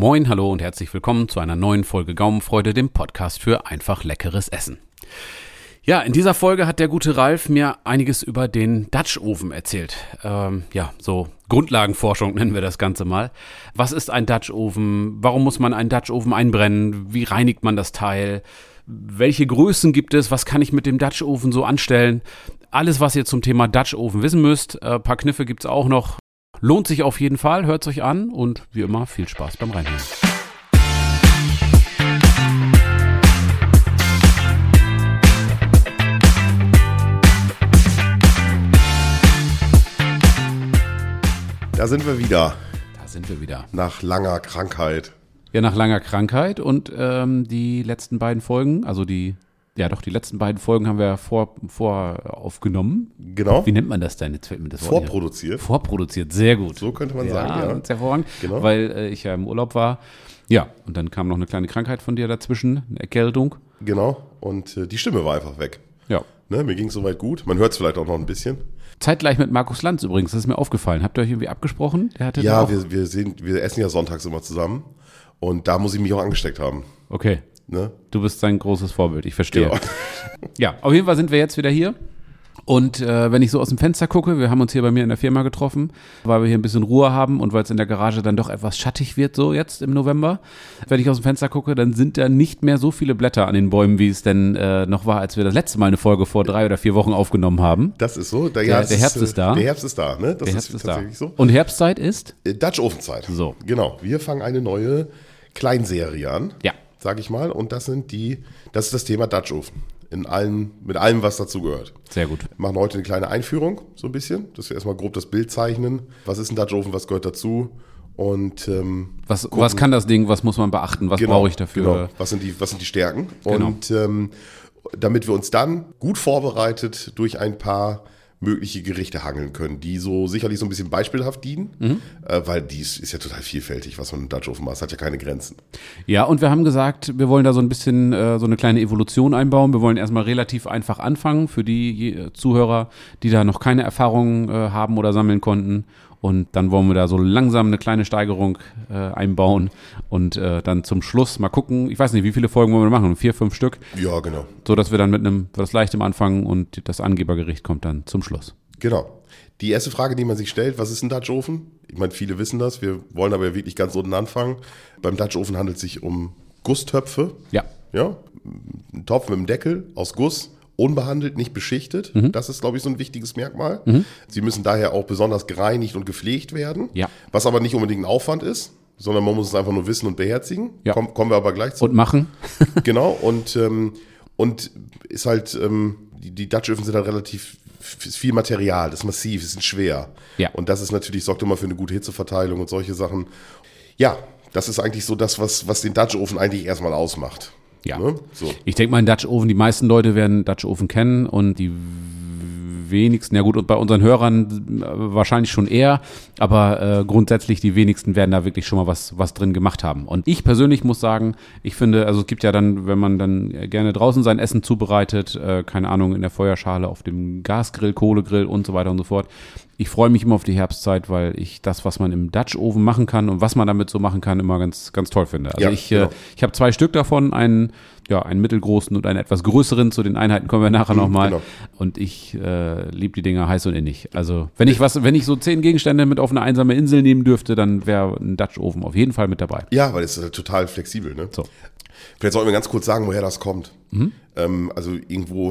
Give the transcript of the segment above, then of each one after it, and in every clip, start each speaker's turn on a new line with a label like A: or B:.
A: Moin, hallo und herzlich willkommen zu einer neuen Folge Gaumenfreude, dem Podcast für einfach leckeres Essen. Ja, in dieser Folge hat der gute Ralf mir einiges über den Dutch-Ofen erzählt. Ähm, ja, so Grundlagenforschung nennen wir das Ganze mal. Was ist ein Dutch-Ofen? Warum muss man einen Dutch-Ofen einbrennen? Wie reinigt man das Teil? Welche Größen gibt es? Was kann ich mit dem Dutch-Ofen so anstellen? Alles, was ihr zum Thema Dutch-Ofen wissen müsst. Äh, paar Kniffe gibt's auch noch. Lohnt sich auf jeden Fall. Hört's euch an und wie immer viel Spaß beim Reinhören.
B: Da sind wir wieder
A: Da sind wir wieder.
B: nach langer Krankheit.
A: Ja, nach langer Krankheit und ähm, die letzten beiden Folgen, also die, ja doch, die letzten beiden Folgen haben wir vor, vor aufgenommen.
B: Genau.
A: Wie nennt man das denn? Jetzt fällt mir das Wort nicht ein.
B: Vorproduziert.
A: Vorproduziert, sehr gut.
B: So könnte man
A: ja,
B: sagen, ja.
A: Ganz hervorragend,
B: Genau.
A: weil äh, ich ja im Urlaub war. Ja, und dann kam noch eine kleine Krankheit von dir dazwischen, eine Erkältung.
B: Genau. Und äh, die Stimme war einfach weg.
A: Ja.
B: Ne, mir ging es soweit gut. Man hört es vielleicht auch noch ein bisschen.
A: Zeitgleich mit Markus Lanz übrigens, das ist mir aufgefallen. Habt ihr euch irgendwie abgesprochen? Der hatte da
B: Ja,
A: auch,
B: wir, wir, sehen, wir essen ja sonntags immer zusammen. Und da muss ich mich auch angesteckt haben.
A: Okay,
B: Ne?
A: du bist sein großes Vorbild, ich verstehe.
B: Genau.
A: Ja, auf jeden Fall sind wir jetzt wieder hier. Und äh, wenn ich so aus dem Fenster gucke, wir haben uns hier bei mir in der Firma getroffen, weil wir hier ein bisschen Ruhe haben und weil es in der Garage dann doch etwas schattig wird, so jetzt im November. Wenn ich aus dem Fenster gucke, dann sind da nicht mehr so viele Blätter an den Bäumen, wie es denn äh, noch war, als wir das letzte Mal eine Folge vor drei oder vier Wochen aufgenommen haben.
B: Das ist so. Der,
A: der Herbst ist da.
B: Der Herbst ist da. Ne? Das
A: Der Herbst ist da.
B: tatsächlich so.
A: Und Herbstzeit ist?
B: Äh, Dutch Ofenzeit.
A: So.
B: Genau. Wir fangen eine neue Kleinserie an.
A: Ja.
B: Sag ich mal. Und das sind die, das ist das Thema Dutch Ofen. In allem, mit allem, was dazu gehört.
A: Sehr gut.
B: machen heute eine kleine Einführung, so ein bisschen, dass wir erstmal grob das Bild zeichnen. Was ist ein Dutch Oven, was gehört dazu? Und ähm,
A: Was, was kann das Ding, was muss man beachten, was brauche ich dafür? äh,
B: Genau. Was, sind die, was sind die Stärken?
A: Genau.
B: Und ähm, damit wir uns dann gut vorbereitet durch ein paar mögliche Gerichte hangeln können, die so sicherlich so ein bisschen beispielhaft dienen,
A: Mhm.
B: äh, weil dies ist ja total vielfältig, was man im Dutch Oven macht, Es hat ja keine Grenzen.
A: Ja, und wir haben gesagt, wir wollen da so ein bisschen äh, so eine kleine Evolution einbauen. Wir wollen erstmal relativ einfach anfangen für die je- äh, Zuhörer, die da noch keine Erfahrungen äh, haben oder sammeln konnten. Und dann wollen wir da so langsam eine kleine Steigerung äh, einbauen und äh, dann zum Schluss mal gucken. Ich weiß nicht, wie viele Folgen wollen wir machen? Vier, fünf Stück,
B: Ja, genau.
A: so dass wir dann mit einem was leichtem anfangen und das Angebergericht kommt dann zum Schluss.
B: Genau. Die erste Frage, die man sich stellt, was ist ein Dutch Oven? Ich meine, viele wissen das, wir wollen aber wirklich ganz unten anfangen. Beim Dutch Oven handelt es sich um Gusstöpfe.
A: Ja,
B: Ja, ein Topf mit einem Deckel aus Guss, unbehandelt, nicht beschichtet.
A: Mhm.
B: Das ist, glaube ich, so ein wichtiges Merkmal. Sie müssen daher auch besonders gereinigt und gepflegt werden.
A: Ja.
B: Was aber nicht unbedingt ein Aufwand ist, sondern man muss es einfach nur wissen und beherzigen.
A: Ja.
B: Komm, kommen wir aber gleich zu
A: und machen.
B: genau, und, ähm, und ist halt, ähm, die, die Dutch-Öfen sind halt relativ ist viel Material, das ist massiv, das sind schwer.
A: Ja.
B: Und das ist natürlich, sorgt immer für eine gute Hitzeverteilung und solche Sachen. Ja, das ist eigentlich so das, was, was den Dutch-Ofen eigentlich erstmal ausmacht.
A: Ja.
B: Ne? So.
A: Ich denke mal, ein Dutch Oven, die meisten Leute werden Dutch Oven kennen und die wenigsten, ja gut, und bei unseren Hörern äh, wahrscheinlich schon eher, aber äh, grundsätzlich die wenigsten werden da wirklich schon mal was, was drin gemacht haben. Und ich persönlich muss sagen, ich finde, also es gibt ja dann, wenn man dann gerne draußen sein Essen zubereitet, äh, keine Ahnung, in der Feuerschale, auf dem Gasgrill, Kohlegrill und so weiter und so fort. Ich freue mich immer auf die Herbstzeit, weil ich das, was man im Dutch Oven machen kann und was man damit so machen kann, immer ganz, ganz toll finde. Also
B: Ja,
A: ich, äh,
B: genau.
A: ich habe zwei Stück davon, einen, ja, einen mittelgroßen und einen etwas größeren. Zu den Einheiten kommen wir nachher nochmal.
B: genau.
A: Und ich äh, liebe die Dinger heiß und innig. Also wenn ich was, wenn ich so zehn Gegenstände mit auf eine einsame Insel nehmen dürfte, dann wäre ein Dutch Oven auf jeden Fall mit dabei.
B: Ja, weil es ist halt total flexibel. Ne?
A: So. Mhm.
B: Vielleicht sollten wir ganz kurz sagen, woher das kommt. Ähm, also irgendwo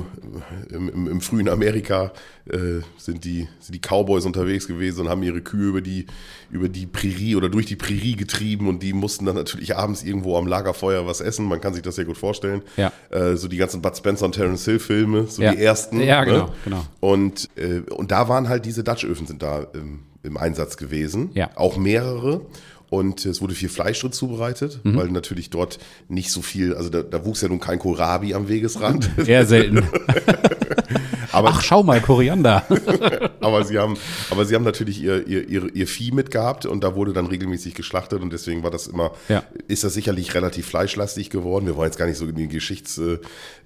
B: äh, im, im, im frühen Amerika äh, sind, die, sind die Cowboys unterwegs gewesen und haben ihre Kühe über die, über die Prärie oder durch die Prärie getrieben und die mussten dann natürlich abends irgendwo am Lagerfeuer was essen. Man kann sich das sehr gut vorstellen.
A: Ja.
B: Äh, so die ganzen Bud Spencer und Terence Hill Filme, so
A: Ja.
B: die ersten. ne?
A: Ja, genau, genau.
B: Und, äh, und da waren halt diese Dutch-Öfen sind da im, im Einsatz gewesen.
A: Ja.
B: Auch mehrere. Und es wurde viel Fleisch drin zubereitet,
A: Mhm.
B: weil natürlich dort nicht so viel, also da, da wuchs ja nun kein Kohlrabi am Wegesrand.
A: Eher selten.
B: aber,
A: Ach, schau mal, Koriander.
B: aber, sie haben, aber sie haben natürlich ihr, ihr, ihr, ihr Vieh mitgehabt und da wurde dann regelmäßig geschlachtet und deswegen war das immer,
A: Ja.
B: ist das sicherlich relativ fleischlastig geworden. Wir wollen jetzt gar nicht so in die Geschichts, äh,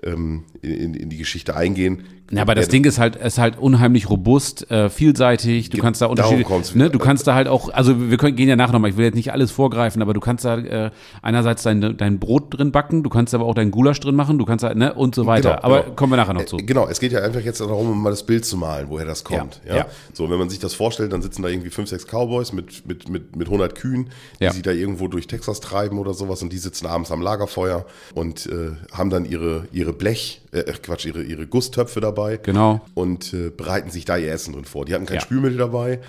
B: ähm, in, in, in die Geschichte eingehen.
A: Ja, aber das
B: Äh,
A: Ding ist halt, ist halt unheimlich robust, äh, vielseitig. Du kannst da
B: darum
A: unterschiedlich,
B: kommt's
A: ne,
B: wieder.
A: du kannst da halt auch, also halt wir können gehen ja nachher nochmal. Ich will jetzt nicht alles vorgreifen, aber du kannst da äh, einerseits dein, dein Brot drin backen, du kannst aber auch dein Gulasch drin machen, du kannst da, ne, und so weiter.
B: Genau,
A: aber
B: genau.
A: kommen wir nachher noch
B: Äh,
A: zu.
B: Genau, es geht ja einfach jetzt darum, um mal das Bild zu malen, woher das kommt.
A: Ja,
B: Ja,
A: ja.
B: So, wenn man sich das vorstellt, dann sitzen da irgendwie fünf, sechs Cowboys mit, mit, mit, mit 100 Kühen, die
A: Ja.
B: sie da irgendwo durch Texas treiben oder sowas und die sitzen abends am Lagerfeuer und äh, haben dann ihre, ihre Blech, äh, Quatsch, ihre, ihre Gusstöpfe dabei
A: Genau.
B: und äh, bereiten sich da ihr Essen drin vor. Die hatten kein
A: Ja.
B: Spülmittel dabei.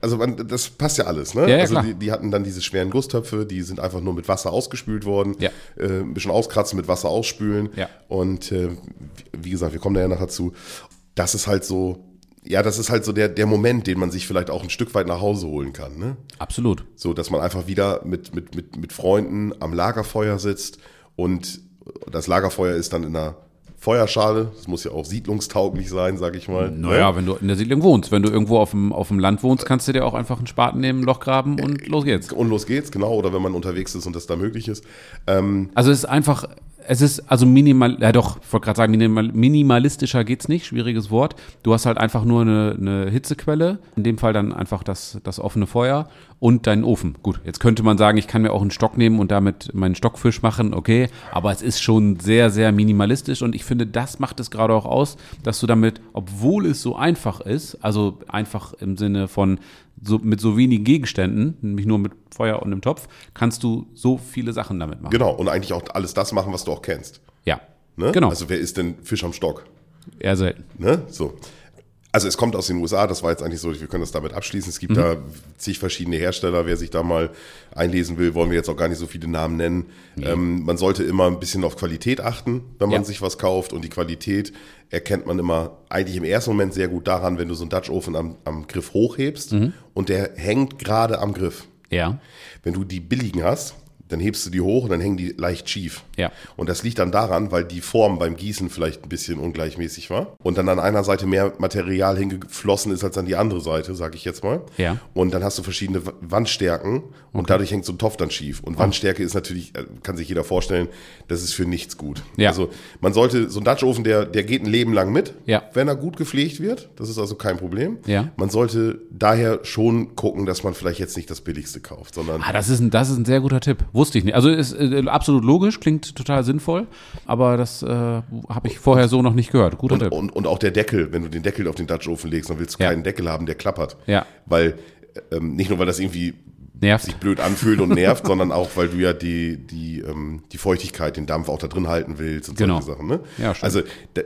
B: Also man, das passt ja alles, ne?
A: Ja, ja,
B: also
A: klar.
B: Die, die hatten dann diese schweren Gusstöpfe, die sind einfach nur mit Wasser ausgespült worden.
A: Ja.
B: Äh, ein bisschen auskratzen, mit Wasser ausspülen.
A: Ja.
B: Und äh, wie gesagt, wir kommen da ja nachher zu. Das ist halt so, ja, das ist halt so der, der Moment, den man sich vielleicht auch ein Stück weit nach Hause holen kann, ne?
A: Absolut.
B: So, dass man einfach wieder mit, mit, mit, mit Freunden am Lagerfeuer sitzt und das Lagerfeuer ist dann in einer Feuerschale. Das muss ja auch siedlungstauglich sein, sag ich mal. ne?
A: Naja, wenn du in der Siedlung wohnst, wenn du irgendwo auf dem, auf dem Land wohnst, kannst du dir auch einfach einen Spaten nehmen, ein Loch graben und los geht's.
B: Und los geht's, genau. Oder wenn man unterwegs ist und das da möglich ist.
A: Also es ist einfach, es ist also minimal, ja doch, ich wollte gerade sagen, minimal, minimalistischer geht's nicht, schwieriges Wort. Du hast halt einfach nur eine, eine Hitzequelle, in dem Fall dann einfach das, das offene Feuer und deinen Ofen. Gut, jetzt könnte man sagen, ich kann mir auch einen Stock nehmen und damit meinen Stockfisch machen, okay, aber es ist schon sehr, sehr minimalistisch und ich finde, das macht es gerade auch aus, dass du damit, obwohl es so einfach ist, also einfach im Sinne von so, mit so wenigen Gegenständen, nämlich nur mit Feuer und einem Topf, kannst du so viele Sachen damit machen.
B: Genau. Und eigentlich auch alles das machen, was du auch kennst.
A: Ja.
B: Ne?
A: Genau.
B: Also wer ist denn Fisch am Stock?
A: eher selten.
B: Ne? So. Also es kommt aus den USA, das war jetzt eigentlich so, wir können das damit abschließen. Es gibt da zig verschiedene Hersteller, wer sich da mal einlesen will, wollen wir jetzt auch gar nicht so viele Namen nennen. Ähm, man sollte immer ein bisschen auf Qualität achten, wenn man
A: Ja.
B: sich was kauft. Und die Qualität erkennt man immer eigentlich im ersten Moment sehr gut daran, wenn du so einen Dutch Oven am, am Griff hochhebst und der hängt gerade am Griff.
A: Ja.
B: Wenn du die billigen hast, dann hebst du die hoch und dann hängen die leicht schief.
A: Ja.
B: Und das liegt dann daran, weil die Form beim Gießen vielleicht ein bisschen ungleichmäßig war und dann an einer Seite mehr Material hingeflossen ist als an die andere Seite, sage ich jetzt mal.
A: Ja.
B: Und dann hast du verschiedene W- Wandstärken und dadurch hängt so ein Topf dann schief.
A: Oh.
B: Und Wandstärke ist natürlich, äh, kann sich jeder vorstellen, das ist für nichts gut.
A: Ja.
B: Also man sollte, so ein Dutch-Ofen, der, der geht ein Leben lang mit,
A: Ja.
B: wenn er gut gepflegt wird. Das ist also kein Problem.
A: Ja.
B: Man sollte daher schon gucken, dass man vielleicht jetzt nicht das Billigste kauft, sondern
A: Ah, das ist ein, das ist ein sehr guter Tipp. Wusste ich nicht. Also ist äh, absolut logisch, klingt total sinnvoll, aber das äh, habe ich vorher so noch nicht gehört. Guter Tipp.
B: Und, oh, und auch der Deckel, wenn du den Deckel auf den Dutch Oven legst, dann willst du
A: Ja.
B: keinen Deckel haben, der klappert.
A: Ja.
B: Weil, ähm, nicht nur weil das irgendwie
A: Nervt.
B: sich blöd anfühlt und nervt, sondern auch, weil du ja die, die, ähm, die Feuchtigkeit, den Dampf auch da drin halten willst und
A: Genau.
B: solche Sachen. Ne?
A: Ja, stimmt.
B: also, da,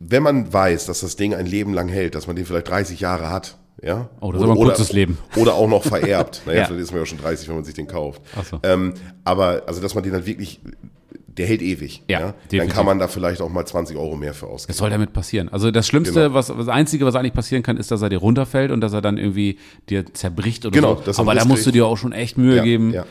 B: wenn man weiß, dass das Ding ein Leben lang hält, dass man den vielleicht 30 Jahre hat, ja.
A: Oh, das ist aber ein kurzes Leben.
B: Oder auch noch vererbt. Naja,
A: Ja.
B: vielleicht ist man ja schon 30, wenn man sich den kauft.
A: Ach so.
B: ähm, aber, also, dass man den dann wirklich, der hält ewig.
A: Ja,
B: Dann
A: definitiv.
B: kann man da vielleicht auch mal 20 Euro mehr für ausgeben.
A: Was soll damit passieren? Also das Schlimmste,
B: Genau.
A: was das Einzige, was eigentlich passieren kann, ist, dass er dir runterfällt und dass er dann irgendwie dir zerbricht oder
B: Genau, dass
A: so.
B: er
A: Aber da
B: Riss
A: musst du
B: kriegt.
A: dir auch schon echt Mühe geben.
B: Ja,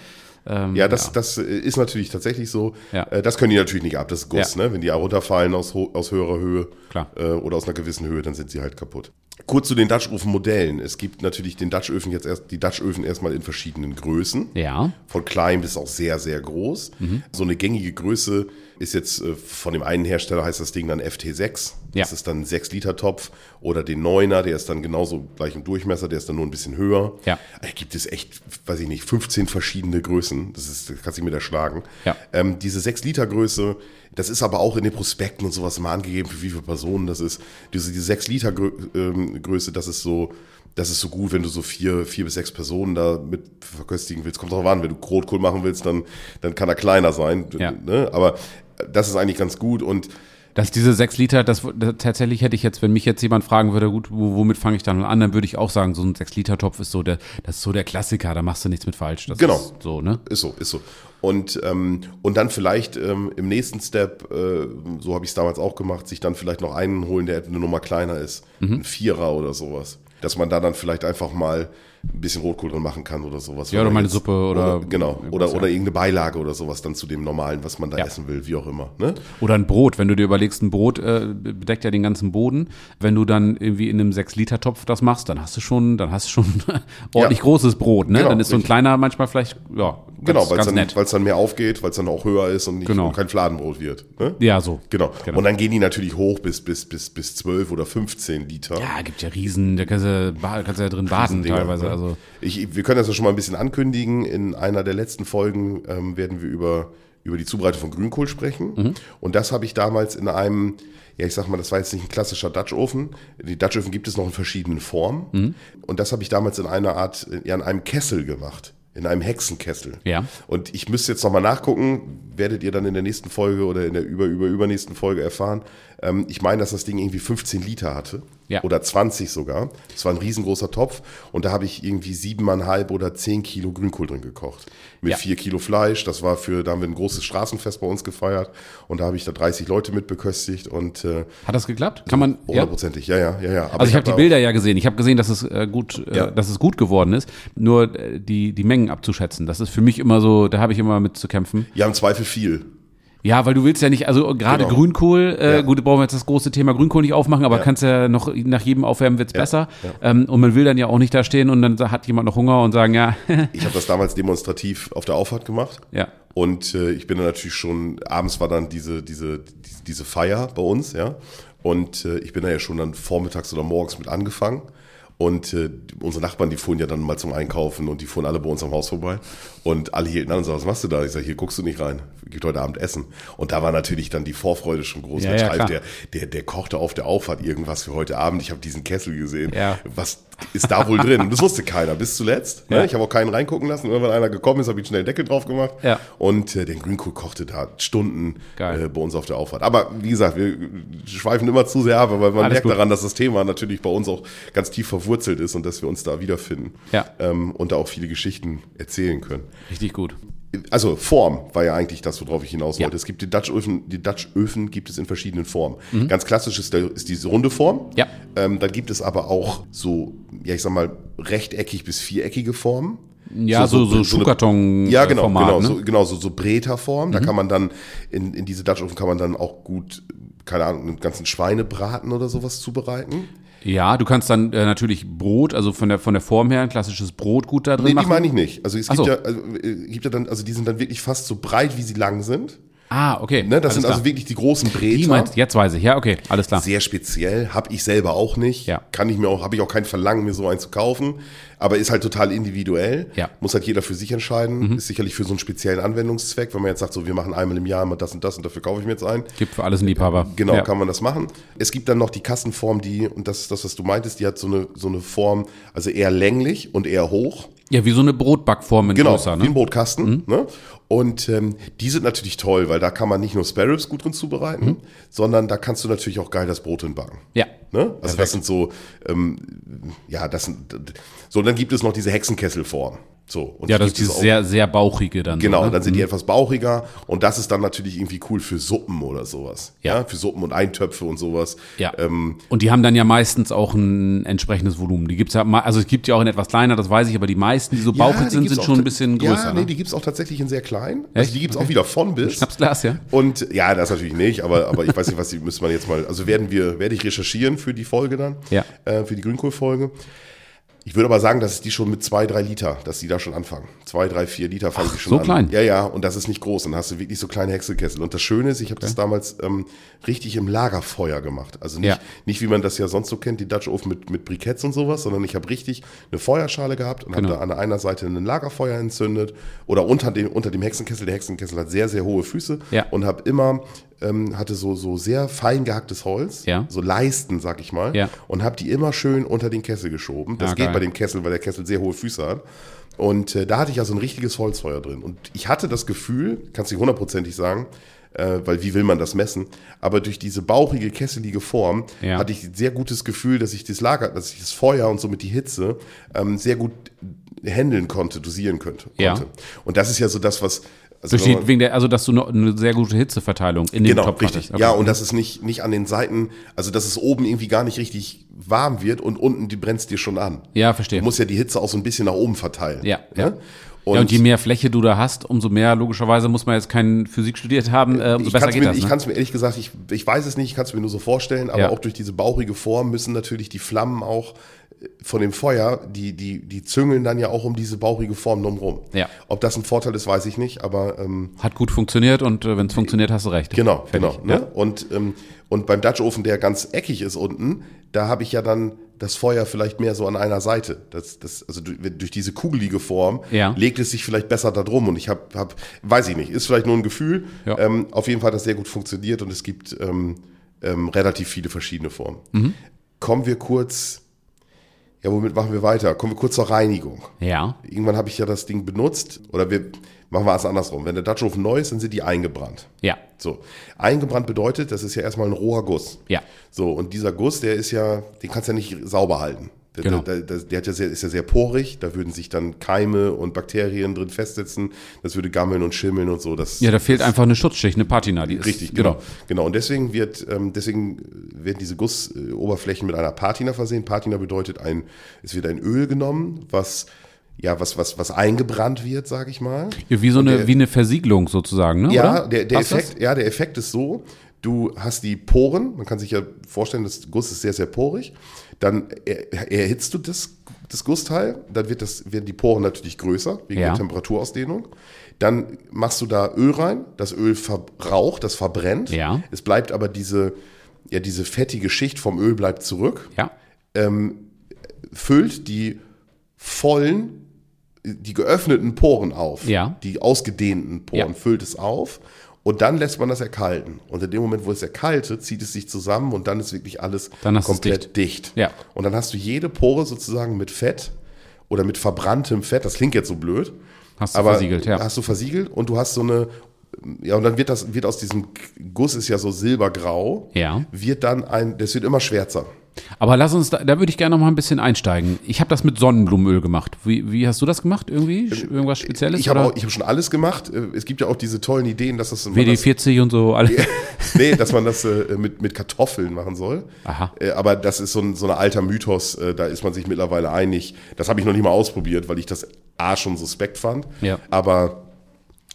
A: Ähm,
B: ja das, das äh, ist natürlich tatsächlich so.
A: Ja.
B: Äh, Das können die natürlich nicht ab, das ist Guss,
A: Ja.
B: ne? Wenn die runterfallen aus, ho- aus höherer Höhe
A: Klar.
B: äh, oder aus einer gewissen Höhe, dann sind sie halt kaputt. Kurz zu den Dutch-Ofen-Modellen. Es gibt natürlich den Dutch-Öfen jetzt erst, die Dutch-Öfen erstmal in verschiedenen Größen.
A: ja.
B: Von klein bis auch sehr, sehr groß.
A: Mhm.
B: So eine gängige Größe ist jetzt äh, von dem einen Hersteller heißt das Ding dann FT6.
A: Ja.
B: Das ist dann ein 6-Liter-Topf. Oder den 9er, der ist dann genauso gleich im Durchmesser, der ist dann nur ein bisschen höher.
A: Ja.
B: Da Äh, gibt es echt, weiß ich nicht, 15 verschiedene Größen. Das, ist, das kannst du mir da schlagen.
A: Ja.
B: Ähm, diese 6-Liter-Größe, das ist aber auch in den Prospekten und sowas mal angegeben, für wie viele Personen das ist. Diese, diese 6-Liter-Größe, das ist so. Das ist so gut, wenn du so vier, vier bis sechs Personen da mit verköstigen willst. Kommt drauf an, wenn du Rotkohl machen willst, dann, dann kann er kleiner sein.
A: Ja.
B: Ne? Aber das ist eigentlich ganz gut. Und
A: Dass diese sechs Liter, das, das tatsächlich hätte ich jetzt, wenn mich jetzt jemand fragen würde, gut, wo- womit fange ich dann an, dann würde ich auch sagen, so ein sechs Liter Topf ist so der, das ist so der Klassiker, da machst du nichts mit falsch. Das
B: Genau.
A: Ist so, ne?
B: Ist so, ist so. Und, ähm, und dann vielleicht ähm, im nächsten Step, äh, so habe ich es damals auch gemacht, sich dann vielleicht noch einen holen, der eine Nummer kleiner ist.
A: Mhm.
B: Ein Vierer oder sowas. Dass man da dann vielleicht einfach mal ein bisschen Rotkohl drin machen kann oder sowas.
A: Ja,
B: Wenn
A: oder
B: man
A: mal eine
B: jetzt-
A: Suppe oder-
B: Genau,
A: irgendwas,
B: oder,
A: ja.
B: oder irgendeine Beilage oder sowas dann zu dem normalen, was man da
A: Ja.
B: essen will, wie auch immer. Ne?
A: Oder ein Brot, wenn du dir überlegst, ein Brot äh, bedeckt ja den ganzen Boden. Wenn du dann irgendwie in einem 6-Liter-Topf das machst, dann hast du schon, dann hast du schon ordentlich
B: Ja.
A: großes Brot, ne?
B: Genau,
A: dann ist so ein
B: richtig.
A: kleiner manchmal vielleicht, ja, ganz,
B: Genau, weil es
A: ganz
B: dann,
A: nett.
B: weil's dann mehr aufgeht, weil es dann auch höher ist und, nicht,
A: Genau.
B: und kein Fladenbrot wird. Ne?
A: Ja, so.
B: Genau.
A: Genau.
B: Und dann gehen die natürlich hoch bis, bis, bis, bis 12 oder 15 Liter.
A: Ja, gibt ja Riesen, da kannst du, ba- kannst du ja drin baden
B: Dinger,
A: teilweise.
B: ne?
A: Also
B: Ich, wir können das ja schon mal ein bisschen ankündigen. In einer der letzten Folgen ähm, werden wir über, über die Zubereitung von Grünkohl sprechen.
A: Mhm.
B: Und das habe ich damals in einem, ja, ich sag mal, das war jetzt nicht ein klassischer Dutch-Ofen. Die Dutch-Öfen gibt es noch in verschiedenen Formen.
A: Mhm.
B: Und das habe ich damals in einer Art, ja, in einem Kessel gemacht. In einem Hexenkessel.
A: Ja.
B: Und ich müsste jetzt nochmal nachgucken, werdet ihr dann in der nächsten Folge oder in der über, über, übernächsten Folge erfahren. Ähm, ich meine, dass das Ding irgendwie 15 Liter hatte.
A: Ja.
B: Oder 20 sogar. Das war ein riesengroßer Topf. Und da habe ich irgendwie siebeneinhalb oder zehn Kilo Grünkohl drin gekocht. Mit
A: Ja.
B: vier Kilo Fleisch. Das war für, da haben wir ein großes Straßenfest bei uns gefeiert. Und da habe ich da 30 Leute mit beköstigt und äh,
A: hat das geklappt? Kann man? Ja?
B: hundertprozentig. Ja, ja, ja, ja. Aber
A: Also ich habe die
B: da auch-
A: Bilder ja gesehen. Ich habe gesehen, dass es äh, gut, äh,
B: Ja.
A: dass es gut geworden ist. Nur äh, die die Mengen abzuschätzen, das ist für mich immer so. Da habe ich immer mit zu kämpfen.
B: Ja, im Zweifel viel.
A: Ja, weil du willst ja nicht, also gerade
B: Genau.
A: Grünkohl, äh,
B: Ja.
A: gut, brauchen wir jetzt das große Thema Grünkohl nicht aufmachen, aber kannst ja noch nach jedem Aufwärmen wird's besser. Ähm, und man will dann ja auch nicht da stehen und dann sa- hat jemand noch Hunger und sagen, ja,
B: Ich habe das damals demonstrativ auf der Auffahrt gemacht.
A: ja.
B: Und äh, ich bin dann natürlich schon, abends war dann diese, diese, die- diese Feier bei uns, ja. Und äh, ich bin da ja schon dann vormittags oder morgens mit angefangen. Und äh, unsere Nachbarn, die fuhren ja dann mal zum Einkaufen und die fuhren alle bei uns am Haus vorbei. Und alle hielten an und sagten, was machst du da? Ich sage, hier guckst du nicht rein, gibt heute Abend Essen. Und da war natürlich dann die Vorfreude schon groß.
A: Ja,
B: Mensch,
A: ja,
B: Ralf,
A: klar.
B: der, der, der kochte auf der Auffahrt irgendwas für heute Abend. Ich habe diesen Kessel gesehen.
A: Ja.
B: Was ist da wohl drin? Und Das wusste keiner bis zuletzt.
A: Ja.
B: Ne? Ich habe auch keinen reingucken lassen. Irgendwann einer gekommen ist, habe ich schnell den Deckel drauf gemacht.
A: Ja.
B: Und äh, den Grünkohl kochte da Stunden
A: Geil.
B: äh, bei uns auf der Auffahrt. Aber wie gesagt, wir schweifen immer zu sehr ab, weil man
A: Alles
B: merkt
A: gut.
B: daran, dass das Thema natürlich bei uns auch ganz tief verwurzelt ist und dass wir uns da wiederfinden
A: Ja.
B: ähm, und da auch viele Geschichten erzählen können.
A: Richtig gut.
B: Also Form war ja eigentlich das, worauf ich hinaus
A: Ja.
B: wollte. Es gibt die Dutch-Öfen, die Dutch-Öfen gibt es in verschiedenen Formen. Ganz klassisch ist, der, ist diese runde Form.
A: Mhm. Ja.
B: Ähm, dann gibt es aber auch so, ja ich sag mal, rechteckig bis viereckige Formen.
A: Ja, so, so,
B: eine-
A: Schuhkarton.
B: ja, genau,
A: Format,
B: genau,
A: ne? Mhm.
B: so, genau, so, so Breterform. Da kann man dann, in, in diese Dutch Oven kann man dann auch gut, keine Ahnung, einen ganzen Schweinebraten oder sowas zubereiten.
A: Ja, du kannst dann äh, natürlich Brot, also von der von der Form her ein klassisches Brot gut da drin
B: Nee, die
A: machen.
B: meine ich nicht. Also es gibt
A: so.
B: ja, also, äh, gibt ja dann, also die sind dann wirklich fast so breit, wie sie lang sind.
A: ah, okay.
B: Ne? Das sind
A: klar.
B: also wirklich die großen Breter.
A: die meinst, jetzt weiß ich. Ja, okay, alles klar.
B: Sehr speziell, habe ich selber auch nicht.
A: Ah. Ja.
B: Kann ich mir auch, habe ich auch kein Verlangen, mir so einen zu kaufen. Aber ist halt total individuell.
A: Ja. Mhm.
B: Muss halt jeder für sich entscheiden. Ist sicherlich für so einen speziellen Anwendungszweck, wenn man jetzt sagt, so wir machen einmal im Jahr mal das und das und dafür kaufe ich mir jetzt einen.
A: Gibt für alles einen Liebhaber.
B: Genau,
A: ja.
B: kann man das machen. Es gibt dann noch die Kassenform, die, und das ist das, was du meintest, die hat so eine, so eine Form, also eher länglich und eher hoch.
A: ja, wie so eine Brotbackform in
B: Genau,
A: größer,
B: wie ein
A: ne?
B: Brotkasten. Ne? Und ähm, die sind natürlich toll, weil da kann man nicht nur Sparrows gut drin zubereiten,
A: Mhm.
B: sondern da kannst du natürlich auch geil das Brot hinbacken.
A: Ja.
B: Ne? Also das sind so, ähm, ja, das sind, so und dann gibt es noch diese Hexenkesselform. So, und
A: Ja,
B: die
A: das ist
B: gibt
A: dieses
B: es auch-
A: sehr, sehr bauchige dann.
B: Genau,
A: so, ne?
B: dann sind die etwas bauchiger und das ist dann natürlich irgendwie cool für Suppen oder sowas.
A: Ja.
B: für Suppen und Eintöpfe und sowas.
A: Ja.
B: Ähm,
A: und die haben dann ja meistens auch ein entsprechendes Volumen. Die gibt's ja, ma- also es gibt ja auch in etwas kleiner, das weiß ich, aber die meisten, die so bauchig
B: die
A: sind,
B: gibt's
A: sind
B: auch
A: schon ein
B: ta-
A: bisschen größer.
B: Ja, nee,
A: ne?
B: die gibt es auch tatsächlich in sehr klein. Also
A: Echt?
B: die gibt es auch wieder von bis.
A: Schnapsglas, ja.
B: Und ja, das natürlich nicht, aber, aber ich weiß nicht, was die müsste man jetzt mal. Also werden wir, werde ich recherchieren für die Folge dann.
A: Ja.
B: Äh, für die Grünkohl-Folge. Ich würde aber sagen, dass es die schon mit zwei, drei Liter, dass die da schon anfangen. Zwei, drei, vier Liter fangen die schon
A: so
B: an.
A: klein?
B: Ja, ja, und das ist nicht groß. Und dann hast du wirklich so kleine Hexekessel. Und das Schöne ist, ich habe das damals ähm, richtig im Lagerfeuer gemacht. Also nicht,
A: Ja.
B: nicht wie man das ja sonst so kennt, die Dutch Oven mit, mit Briketts und sowas, sondern ich habe richtig eine Feuerschale gehabt und
A: Genau.
B: habe da an einer Seite ein Lagerfeuer entzündet oder unter dem, unter dem Hexenkessel. Der Hexenkessel hat sehr, sehr hohe Füße
A: Ja.
B: und habe immer, ähm, hatte so, so sehr fein gehacktes Holz,
A: Ja.
B: so Leisten, sag ich mal,
A: Ja.
B: und habe die immer schön unter den Kessel geschoben. Das
A: Ah,
B: geht
A: geil.
B: bei dem Kessel, weil der Kessel sehr hohe Füße hat. Und äh, da hatte ich also ein richtiges Holzfeuer drin. Und ich hatte das Gefühl, kannst du hundertprozentig sagen, äh, weil wie will man das messen? Aber durch diese bauchige, kesselige Form
A: Ja.
B: hatte ich ein sehr gutes Gefühl, dass ich das Lager, dass ich das Feuer und somit die Hitze ähm, sehr gut handeln konnte, dosieren könnte.
A: Ja.
B: konnte. Und das ist ja so das, was. Also wenn man-
A: Besteht wegen der, also dass du noch eine sehr gute Hitzeverteilung in dem
B: Genau,
A: Topf
B: richtig.
A: hattest. Okay.
B: Ja, und dass es nicht, nicht an den Seiten, also dass es oben irgendwie gar nicht richtig warm wird und unten die brennt dir schon an.
A: ja, verstehe.
B: Du musst ja die Hitze auch so ein bisschen nach oben verteilen.
A: Ja,
B: ne?
A: ja.
B: Und,
A: ja, und je mehr Fläche du da hast, umso mehr, logischerweise muss man jetzt keinen Physik studiert haben, äh, umso
B: ich
A: besser
B: kann es
A: geht
B: mir,
A: das.
B: ich
A: ne?
B: kann's mir ehrlich gesagt, ich, ich weiß es nicht, ich kann es mir nur so vorstellen, aber
A: Ja.
B: auch durch diese bauchige Form müssen natürlich die Flammen auch äh, von dem Feuer, die, die, die züngeln dann ja auch um diese bauchige Form drumherum.
A: Ja.
B: Ob das ein Vorteil ist, weiß ich nicht, aber ähm,
A: Hat gut funktioniert und äh, wenn es funktioniert, hast du recht.
B: Genau,
A: Fertig.
B: genau. Ne? Und, ähm, und beim Dutch Oven, der ganz eckig ist unten, da habe ich ja dann, da das Feuer vielleicht mehr so an einer Seite. Das, das, also du- durch diese kugelige Form
A: Ja.
B: legt es sich vielleicht besser da drum. Und ich habe, hab, weiß ich nicht, ist vielleicht nur ein Gefühl.
A: Ja.
B: Ähm, auf jeden Fall hat das sehr gut funktioniert und es gibt ähm, ähm, relativ viele verschiedene Formen.
A: Mhm.
B: Kommen wir kurz, ja, womit machen wir weiter? Kommen wir kurz zur Reinigung.
A: Ja.
B: Irgendwann habe ich ja das Ding benutzt oder wir machen wir es andersrum. Wenn der Dutch Oven neu ist, dann sind die eingebrannt.
A: Ja.
B: So, eingebrannt bedeutet, das ist ja erstmal ein roher Guss.
A: Ja.
B: So, und dieser Guss, der ist ja, den kannst du ja nicht sauber halten. Der,
A: Genau.
B: der, der, der hat ja sehr, ist ja sehr porig, da würden sich dann Keime und Bakterien drin festsetzen, das würde gammeln und schimmeln und so. Das,
A: Ja, da fehlt einfach eine Schutzschicht, eine Patina. Die ist,
B: Richtig, genau. genau. Und deswegen wird, ähm, deswegen werden diese Gussoberflächen mit einer Patina versehen. Patina bedeutet ein, es wird ein Öl genommen, was ja, was, was, was eingebrannt wird, sage ich mal.
A: Ja, wie so
B: Und
A: eine,
B: der-
A: wie eine Versiegelung sozusagen, ne?
B: Ja,
A: oder?
B: der, der
A: Passt das?
B: Effekt, ja, der Effekt ist so, du hast die Poren, man kann sich ja vorstellen, das Guss ist sehr, sehr porig, dann er- erhitzt du das, das Gussteil, dann wird das, werden die Poren natürlich größer, wegen
A: Ja.
B: der Temperaturausdehnung. Dann machst du da Öl rein, das Öl verbraucht, das verbrennt.
A: Ja.
B: Es bleibt aber diese, ja, diese fettige Schicht vom Öl bleibt zurück
A: Ja.
B: füllt die vollen, die geöffneten Poren auf.
A: Ja.
B: Die ausgedehnten Poren
A: Ja.
B: füllt es auf. Und dann lässt man das erkalten. Und in dem Moment, wo es erkaltet, zieht es sich zusammen und dann ist wirklich alles
A: Dann hast du es
B: komplett dicht.
A: Ja.
B: Und dann hast du jede Pore sozusagen mit Fett oder mit verbranntem Fett. Das klingt jetzt so blöd.
A: Hast du versiegelt, ja.
B: Hast du versiegelt und du hast so eine, ja, und dann wird das, wird aus diesem Guss ist ja so silbergrau,
A: Ja.
B: wird dann ein, das wird immer schwärzer.
A: Aber lass uns, da, da würde ich gerne noch mal ein bisschen einsteigen. Ich habe das mit Sonnenblumenöl gemacht. Wie, wie hast du das gemacht? Irgendwie? Sch- Irgendwas Spezielles?
B: Ähm, Ich habe
A: oder?
B: auch- ich habe schon alles gemacht. Äh, Es gibt ja auch diese tollen Ideen, dass das, man das
A: WD40 und so. Alles.
B: nee, dass man das äh, mit, mit Kartoffeln machen soll.
A: Aha.
B: Äh, aber das ist so ein, so ein alter Mythos, äh, da ist man sich mittlerweile einig. Das habe ich noch nicht mal ausprobiert, weil ich das A schon suspekt fand.
A: Ja.
B: Aber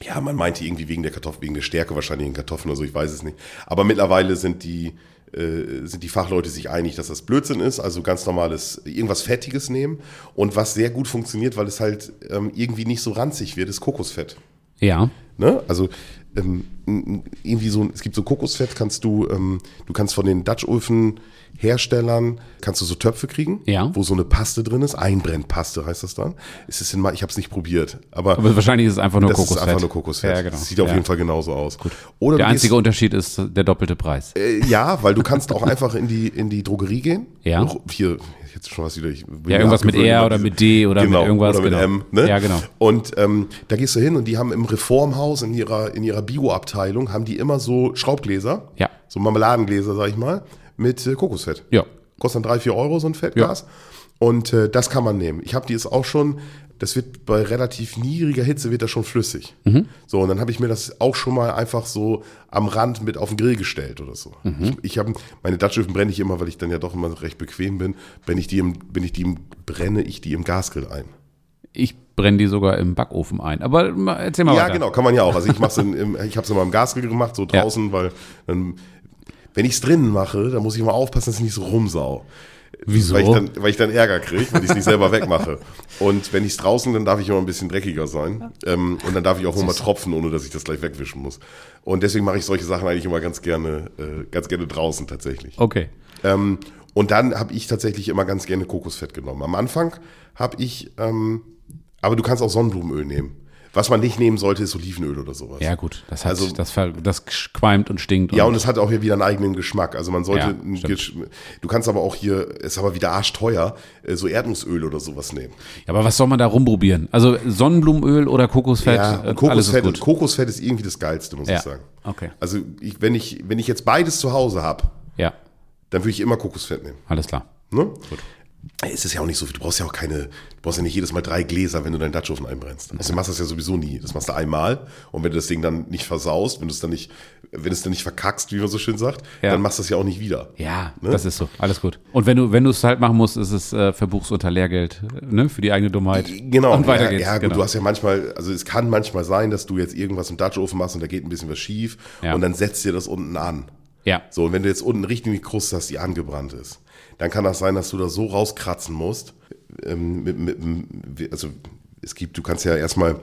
B: ja, man meinte irgendwie wegen der Kartoffel, wegen der Stärke wahrscheinlich in Kartoffeln oder so, ich weiß es nicht. Aber mittlerweile sind die, äh, sind die Fachleute sich einig, dass das Blödsinn ist. Also ganz normales, irgendwas Fettiges nehmen. Und was sehr gut funktioniert, weil es halt ähm, irgendwie nicht so ranzig wird, ist Kokosfett.
A: Ja.
B: Ne? Also ähm, n- n- irgendwie so, ein- es gibt so Kokosfett, kannst du, ähm, du kannst von den Dutch Oven Herstellern, kannst du so Töpfe kriegen,
A: Ja.
B: wo so eine Paste drin ist, Einbrennpaste heißt das dann. Es ist in, Ma- ich habe es nicht probiert, aber,
A: Aber wahrscheinlich ist es einfach nur
B: das
A: Kokosfett.
B: ist einfach nur Kokosfett.
A: Ja, genau.
B: Das sieht auf
A: ja.
B: jeden Fall genauso aus. Oder
A: Der
B: du gehst-
A: einzige Unterschied ist der doppelte Preis.
B: äh, ja, weil du kannst auch einfach in die, in die Drogerie gehen.
A: Ja.
B: Noch- Hier, jetzt schon was wieder. Ich bin
A: Ja, irgendwas mit
B: abgewöhnt,
A: R
B: immer
A: oder
B: diese-
A: mit D oder mit
B: genau,
A: irgendwas,
B: Oder mit
A: genau.
B: M, ne?
A: Ja, genau.
B: Und ähm, da gehst du hin und die haben im Reformhaus in ihrer, in ihrer Bio-Abteilung haben die immer so Schraubgläser.
A: Ja.
B: So Marmeladengläser, sag ich mal, mit äh, Kokosfett.
A: Ja.
B: Kostet dann 3, 4 Euro so ein Fettglas. Und äh, das kann man nehmen. Ich habe die jetzt auch schon, das wird bei relativ niedriger Hitze wird das schon flüssig.
A: Mhm.
B: So, und dann habe ich mir das auch schon mal einfach so am Rand mit auf den Grill gestellt oder so.
A: Mhm.
B: Ich, ich habe, meine Dutchöfen brenne ich immer, weil ich dann ja doch immer recht bequem bin. Wenn ich die, im, wenn ich die im, brenne ich die im Gasgrill ein.
A: Ich brenne die sogar im Backofen ein. Aber ma- erzähl mal
B: Ja,
A: weiter.
B: genau, kann man ja auch. Also ich mache es ich hab's immer im Gasgrill gemacht, so
A: Ja.
B: draußen, weil dann, wenn ich es drinnen mache, dann muss ich immer aufpassen, dass ich nicht so rumsau.
A: Wieso?
B: Weil ich dann, weil ich dann Ärger kriege, weil ich es nicht selber wegmache. Und wenn ich es draußen, dann darf ich immer ein bisschen dreckiger sein. Ähm, und dann darf ich auch immer tropfen, ohne dass ich das gleich wegwischen muss. Und deswegen mache ich solche Sachen eigentlich immer ganz gerne, äh, ganz gerne draußen tatsächlich.
A: okay.
B: Ähm, und dann habe ich tatsächlich immer ganz gerne Kokosfett genommen. Am Anfang habe ich, ähm, aber du kannst auch Sonnenblumenöl nehmen. Was man nicht nehmen sollte, ist Olivenöl oder sowas.
A: Ja, gut. Das, hat,
B: Also-
A: das, ver- das qualmt und stinkt.
B: Ja, und es hat auch hier wieder einen eigenen Geschmack. Also man sollte,
A: Ja,
B: einen
A: stimmt.
B: Gesch- du kannst aber auch hier, ist aber wieder arschteuer, äh, so Erdnussöl oder sowas nehmen.
A: Ja, aber was soll man da rumprobieren? Also Sonnenblumenöl oder Kokosfett?
B: Ja,
A: äh,
B: und Kokosfett,
A: alles ist gut.
B: Kokosfett ist irgendwie das Geilste, muss
A: Ja,
B: ich sagen.
A: okay.
B: Also ich, wenn, ich, wenn ich jetzt beides zu Hause habe,
A: Ja,
B: dann würde ich immer Kokosfett nehmen.
A: alles klar.
B: Ne? Es ist ja auch nicht so viel. Du brauchst ja auch keine, du brauchst ja nicht jedes Mal drei Gläser, wenn du deinen Dutch Oven einbrennst. Außerdem machst du das ja sowieso nie. Das machst du einmal und wenn du das Ding dann nicht versaust, wenn du es dann nicht, wenn du es dann nicht verkackst, wie man so schön sagt,
A: Ja.
B: dann machst du es ja auch nicht wieder.
A: Ja,
B: Ne?
A: das ist so. Alles gut. Und wenn du wenn du es halt machen musst, ist es äh, verbuchst unter Lehrgeld, äh, ne, für die eigene Dummheit.
B: Genau.
A: Und weiter
B: ja,
A: geht's.
B: Ja, gut,
A: genau.
B: du hast ja manchmal, also es kann manchmal sein, dass du jetzt irgendwas im Dutch Oven machst und da geht ein bisschen was schief
A: Ja.
B: und dann setzt dir das unten an.
A: ja.
B: So, und wenn du jetzt unten richtig die Kruste hast, die angebrannt ist, dann kann das sein, dass du da so rauskratzen musst. Ähm, mit, mit, mit, also es gibt, du kannst ja erstmal,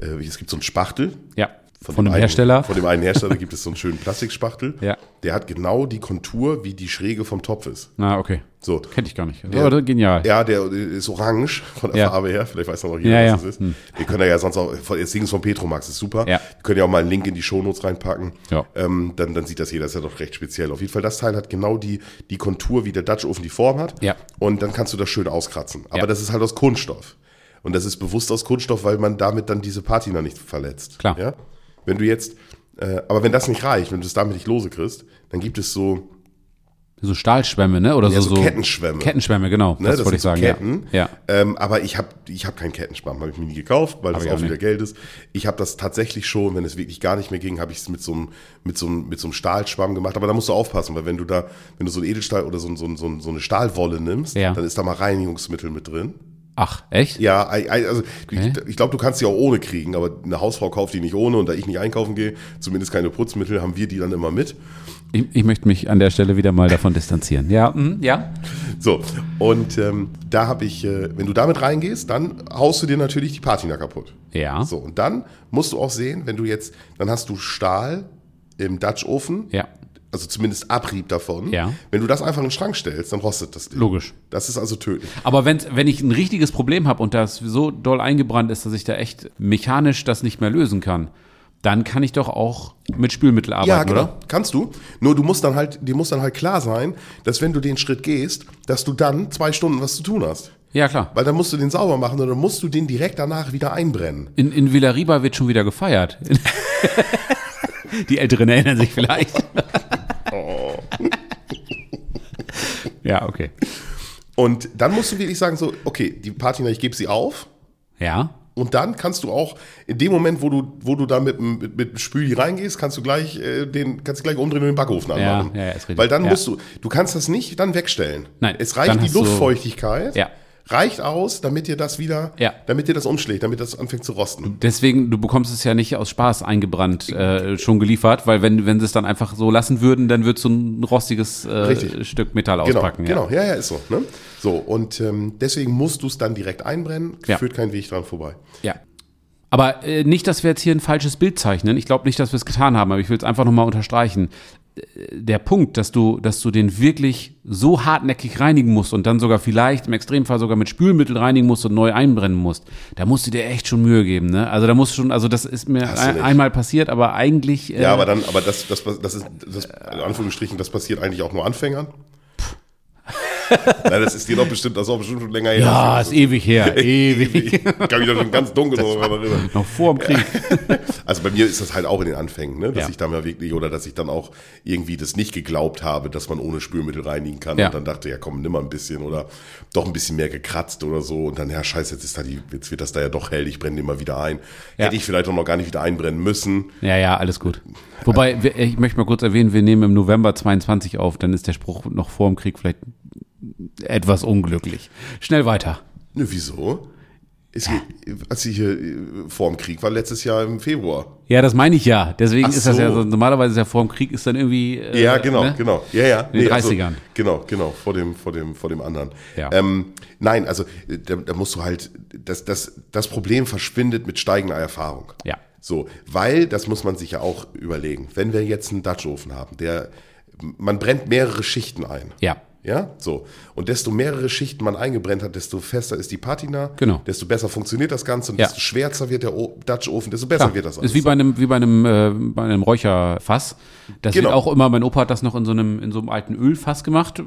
B: äh, es gibt so einen Spachtel.
A: ja. Von,
B: dem
A: dem
B: einen-
A: Hersteller.
B: Von dem einen Hersteller gibt es so einen schönen Plastikspachtel.
A: Ja.
B: der hat genau die Kontur, wie die Schräge vom Topf ist.
A: Na, okay.
B: So.
A: Kennt ich gar nicht. Ja. Oder genial.
B: Ja, der ist orange von der
A: Ja.
B: Farbe her. Vielleicht weiß noch
A: Ja,
B: jeder, was
A: ja. Hm.
B: das ist. Wir können da ja sonst auch, das Ding ist von Petromax, ist super.
A: Ja.
B: Wir können ja auch mal einen Link in die Shownotes reinpacken.
A: Ja.
B: Ähm, dann, dann sieht das jeder, das ist ja doch recht speziell. Auf jeden Fall, das Teil hat genau die, die Kontur, wie der Dutch Oven die Form hat.
A: Ja.
B: Und dann kannst du das schön auskratzen. Aber
A: Ja.
B: das ist halt aus Kunststoff. Und das ist bewusst aus Kunststoff, weil man damit dann diese Patina nicht verletzt.
A: Klar.
B: Ja? Wenn du jetzt, äh, aber wenn das nicht reicht, wenn du es damit nicht lose kriegst, dann gibt es so,
A: So Stahlschwämme, ne? Oder
B: ja,
A: so,
B: so
A: so
B: Kettenschwämme.
A: Kettenschwämme, genau.
B: Ne,
A: das, wollte ich sagen.
B: sind so Ketten.
A: Ja.
B: Ähm, aber ich habe ich hab keinen Kettenschwamm, habe ich mir nie gekauft, weil das
A: ich
B: auch
A: auch
B: wieder
A: nicht.
B: Geld ist. Ich habe das tatsächlich schon, wenn es wirklich gar nicht mehr ging, habe ich es mit so einem mit so einem- mit so einem Stahlschwamm gemacht. Aber da musst du aufpassen, weil wenn du da, wenn du so einen Edelstahl oder so, ein- so, ein- so, ein- so eine Stahlwolle nimmst,
A: Ja.
B: dann ist da mal Reinigungsmittel mit drin.
A: Ja. Ach, echt?
B: Ja, ei- ei- also
A: Okay.
B: ich, ich glaube, du kannst die auch ohne kriegen, aber eine Hausfrau kauft die nicht ohne und da ich nicht einkaufen gehe, zumindest keine Putzmittel, haben wir die dann immer mit.
A: Ich, ich möchte mich an der Stelle wieder mal davon distanzieren. Ja, mhm, ja.
B: So, und ähm, da habe ich, äh, wenn du damit reingehst, dann haust du dir natürlich die Patina kaputt.
A: Ja.
B: So, und dann musst du auch sehen, wenn du jetzt, dann hast du Stahl im Dutch-Ofen,
A: Ja.
B: also zumindest Abrieb davon.
A: Ja.
B: Wenn du das einfach in den Schrank stellst, dann rostet das Ding.
A: Logisch.
B: Das ist also tödlich.
A: Aber wenn, wenn ich ein richtiges Problem habe und das so doll eingebrannt ist, dass ich da echt mechanisch das nicht mehr lösen kann, dann kann ich doch auch mit Spülmittel arbeiten, oder?
B: genau. Kannst du. Nur du musst dann halt, dir muss dann halt klar sein, dass wenn du den Schritt gehst, dass du dann zwei Stunden was zu tun hast.
A: Ja, klar.
B: Weil dann musst du den sauber machen und dann musst du den direkt danach wieder einbrennen.
A: In, in Villariba wird schon wieder gefeiert. Die Älteren erinnern sich vielleicht.
B: Oh.
A: ja, okay.
B: Und dann musst du wirklich sagen, so, okay, die Patina, ich gebe sie auf.
A: Ja.
B: Und dann kannst du auch, in dem Moment, wo du, wo du da mit, dem- mit, mit dem Spüli reingehst, kannst du gleich äh, den, kannst du gleich umdrehen und den Backofen anmachen.
A: ja, ja, ist richtig.
B: Weil dann
A: Ja.
B: musst du, du kannst das nicht dann wegstellen.
A: Nein,
B: Es
A: dann
B: reicht die
A: hast du-
B: Luftfeuchtigkeit,
A: Ja.
B: reicht aus, damit dir das wieder,
A: Ja.
B: damit dir das umschlägt, damit das anfängt zu rosten.
A: Deswegen, du bekommst es ja nicht aus Spaß eingebrannt äh, schon geliefert, weil wenn, wenn sie es dann einfach so lassen würden, dann würdest du ein rostiges äh,
B: Richtig.
A: Stück Metall
B: Genau,
A: auspacken.
B: genau, ja, ja, ist so. Ne? So, und ähm, deswegen musst du es dann direkt einbrennen,
A: Ja.
B: führt kein Weg dran vorbei.
A: Ja. Aber äh, nicht, dass wir jetzt hier ein falsches Bild zeichnen. Ich glaube nicht, dass wir es getan haben, aber ich will es einfach nochmal unterstreichen. Äh, Der Punkt, dass du, dass du den wirklich so hartnäckig reinigen musst und dann sogar vielleicht im Extremfall sogar mit Spülmittel reinigen musst und neu einbrennen musst, da musst du dir echt schon Mühe geben. Ne? Also da musst du schon, also das ist mir
B: Hast du
A: ein,
B: recht.
A: einmal passiert, aber eigentlich. Äh,
B: Ja, aber dann, aber das, das, das ist, das, in Anführungsstrichen, das passiert eigentlich auch nur Anfängern. Nein, das ist dir doch bestimmt, das ist auch bestimmt schon länger her.
A: ja, ist ewig her, ewig.
B: Ich kann mich da schon ganz dunkel noch erinnern.
A: Noch vor dem Krieg.
B: Also bei mir ist das halt auch in den Anfängen, ne? dass
A: Ja.
B: ich da mal wirklich oder dass ich dann auch irgendwie das nicht geglaubt habe, dass man ohne Spülmittel reinigen kann
A: Ja.
B: und dann dachte, ja komm, nimm mal ein bisschen oder doch ein bisschen mehr gekratzt oder so und dann, ja scheiße, jetzt, ist da die, jetzt wird das da ja doch hell, ich brenne den mal wieder ein.
A: Ja.
B: Hätte ich vielleicht auch noch gar nicht wieder einbrennen müssen.
A: Ja, ja, alles gut. Wobei, wir- ich möchte mal kurz erwähnen, wir nehmen im November 22 auf, dann ist der Spruch noch vor dem Krieg vielleicht etwas unglücklich. Schnell weiter.
B: Nö, wieso? Ist hier, als ich hier äh, vor dem Krieg war, letztes Jahr im Februar.
A: Ja, das meine ich ja. Deswegen
B: Ach
A: ist das ja
B: so.
A: so, normalerweise ist ja vor dem Krieg ist dann irgendwie. äh,
B: Ja, genau,
A: ne?
B: genau. Ja, ja.
A: In den 30ern.
B: genau, genau, vor dem, vor dem, vor dem anderen.
A: Ja.
B: Ähm, nein, also äh, da, da musst du halt, das, das, das Problem verschwindet mit steigender Erfahrung.
A: Ja.
B: So, weil, das muss man sich ja auch überlegen, wenn wir jetzt einen Dutch-Ofen haben, der, man brennt mehrere Schichten ein.
A: Ja.
B: Ja, so. Und desto mehrere Schichten man eingebrennt hat, desto fester ist die Patina,
A: Genau.
B: desto besser funktioniert das Ganze und
A: Ja.
B: desto schwärzer wird der O- Dutch-Ofen, desto besser wird das
A: ist wie bei einem wie bei einem äh, bei einem Räucherfass. Das
B: Genau.
A: wird auch immer. Mein Opa hat das noch in so einem in so einem alten Ölfass gemacht.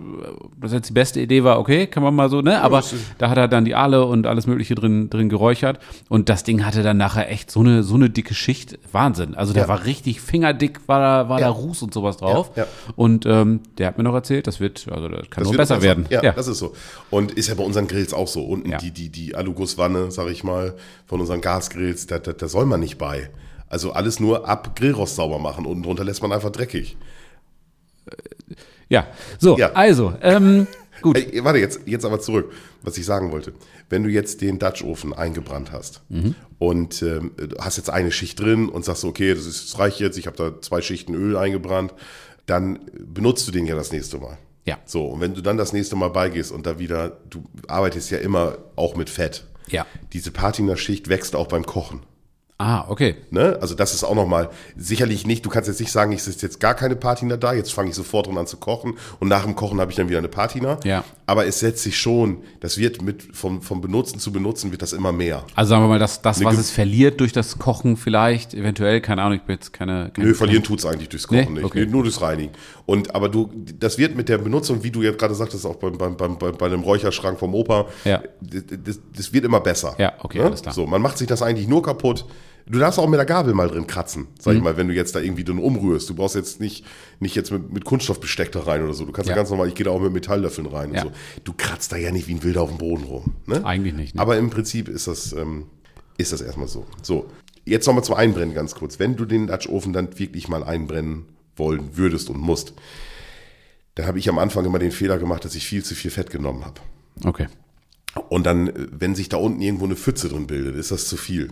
A: Das jetzt die beste Idee war, okay, kann man mal so ne. Aber da hat er dann die Aale und alles Mögliche drin drin geräuchert und das Ding hatte dann nachher echt so eine so eine dicke Schicht. Wahnsinn. Also der
B: Ja.
A: war richtig fingerdick, war da war
B: Ja.
A: da Ruß und sowas drauf.
B: Ja, ja.
A: Und ähm, der hat mir noch erzählt, das wird also das kann
B: Das
A: nur
B: wird
A: besser,
B: noch
A: werden.
B: Ja, das ist so. Und ist ja bei unseren Grills auch so. Unten
A: Ja.
B: die, die, die Alugusswanne, sag ich mal, von unseren Gasgrills, da, da, da soll man nicht bei. Also alles nur ab Grillrost sauber machen. Unten drunter lässt man einfach dreckig.
A: ja. So
B: Ja.
A: also ähm, gut.
B: Ey, warte, jetzt, jetzt aber zurück, was ich sagen wollte. Wenn du jetzt den Dutch-Ofen eingebrannt hast und ähm, du hast jetzt eine Schicht drin und sagst, okay, das, ist, das reicht jetzt, ich habe da zwei Schichten Öl eingebrannt, dann benutzt du den ja das nächste Mal.
A: Ja.
B: So, und wenn du dann das nächste Mal beigehst und da wieder, du arbeitest ja immer auch mit Fett.
A: Ja.
B: Diese Patina-Schicht wächst auch beim Kochen.
A: Ah, okay.
B: Ne? Also das ist auch nochmal, sicherlich nicht, du kannst jetzt nicht sagen, ich sitze jetzt gar keine Patina da, jetzt fange ich sofort dran an zu kochen und nach dem Kochen habe ich dann wieder eine Patina.
A: Ja.
B: Aber es setzt sich schon, das wird mit vom, vom Benutzen zu Benutzen wird das immer mehr.
A: Also sagen wir mal, das, das
B: Eine
A: was
B: Ge-
A: es verliert durch das Kochen vielleicht, eventuell, keine Ahnung, ich bin jetzt keine... keine
B: Nö, verlieren tut's eigentlich durchs Kochen
A: Nee?
B: nicht.
A: Okay.
B: Nee, nur durchs Reinigen. Und aber du, das wird mit der Benutzung, wie du jetzt gerade sagtest, auch beim, beim, beim, beim- bei dem Räucherschrank vom Opa,
A: Ja.
B: d- d- das, das wird immer besser. Ne?
A: Ja, okay, alles klar.
B: So, man macht sich das eigentlich nur kaputt. Du darfst auch mit der Gabel mal drin kratzen, sag
A: Mhm.
B: ich mal, wenn du jetzt da irgendwie drin umrührst. Du brauchst jetzt nicht, nicht jetzt mit, mit Kunststoffbesteck da rein oder so. Du kannst ja,
A: Ja.
B: ganz normal, ich gehe da auch mit Metalllöffeln rein
A: Ja.
B: und so. Du kratzt da ja nicht wie ein Wilder auf dem Boden rum. Ne?
A: Eigentlich nicht, ne?
B: Aber im Prinzip ist das, ähm, ist das erstmal so. So, jetzt nochmal zum Einbrennen ganz kurz. Wenn du den Dutch-Ofen dann wirklich mal einbrennen wollen würdest und musst, dann habe ich am Anfang immer den Fehler gemacht, dass ich viel zu viel Fett genommen habe.
A: Okay.
B: Und dann, äh, wenn sich da unten irgendwo eine Pfütze drin bildet, ist das zu viel.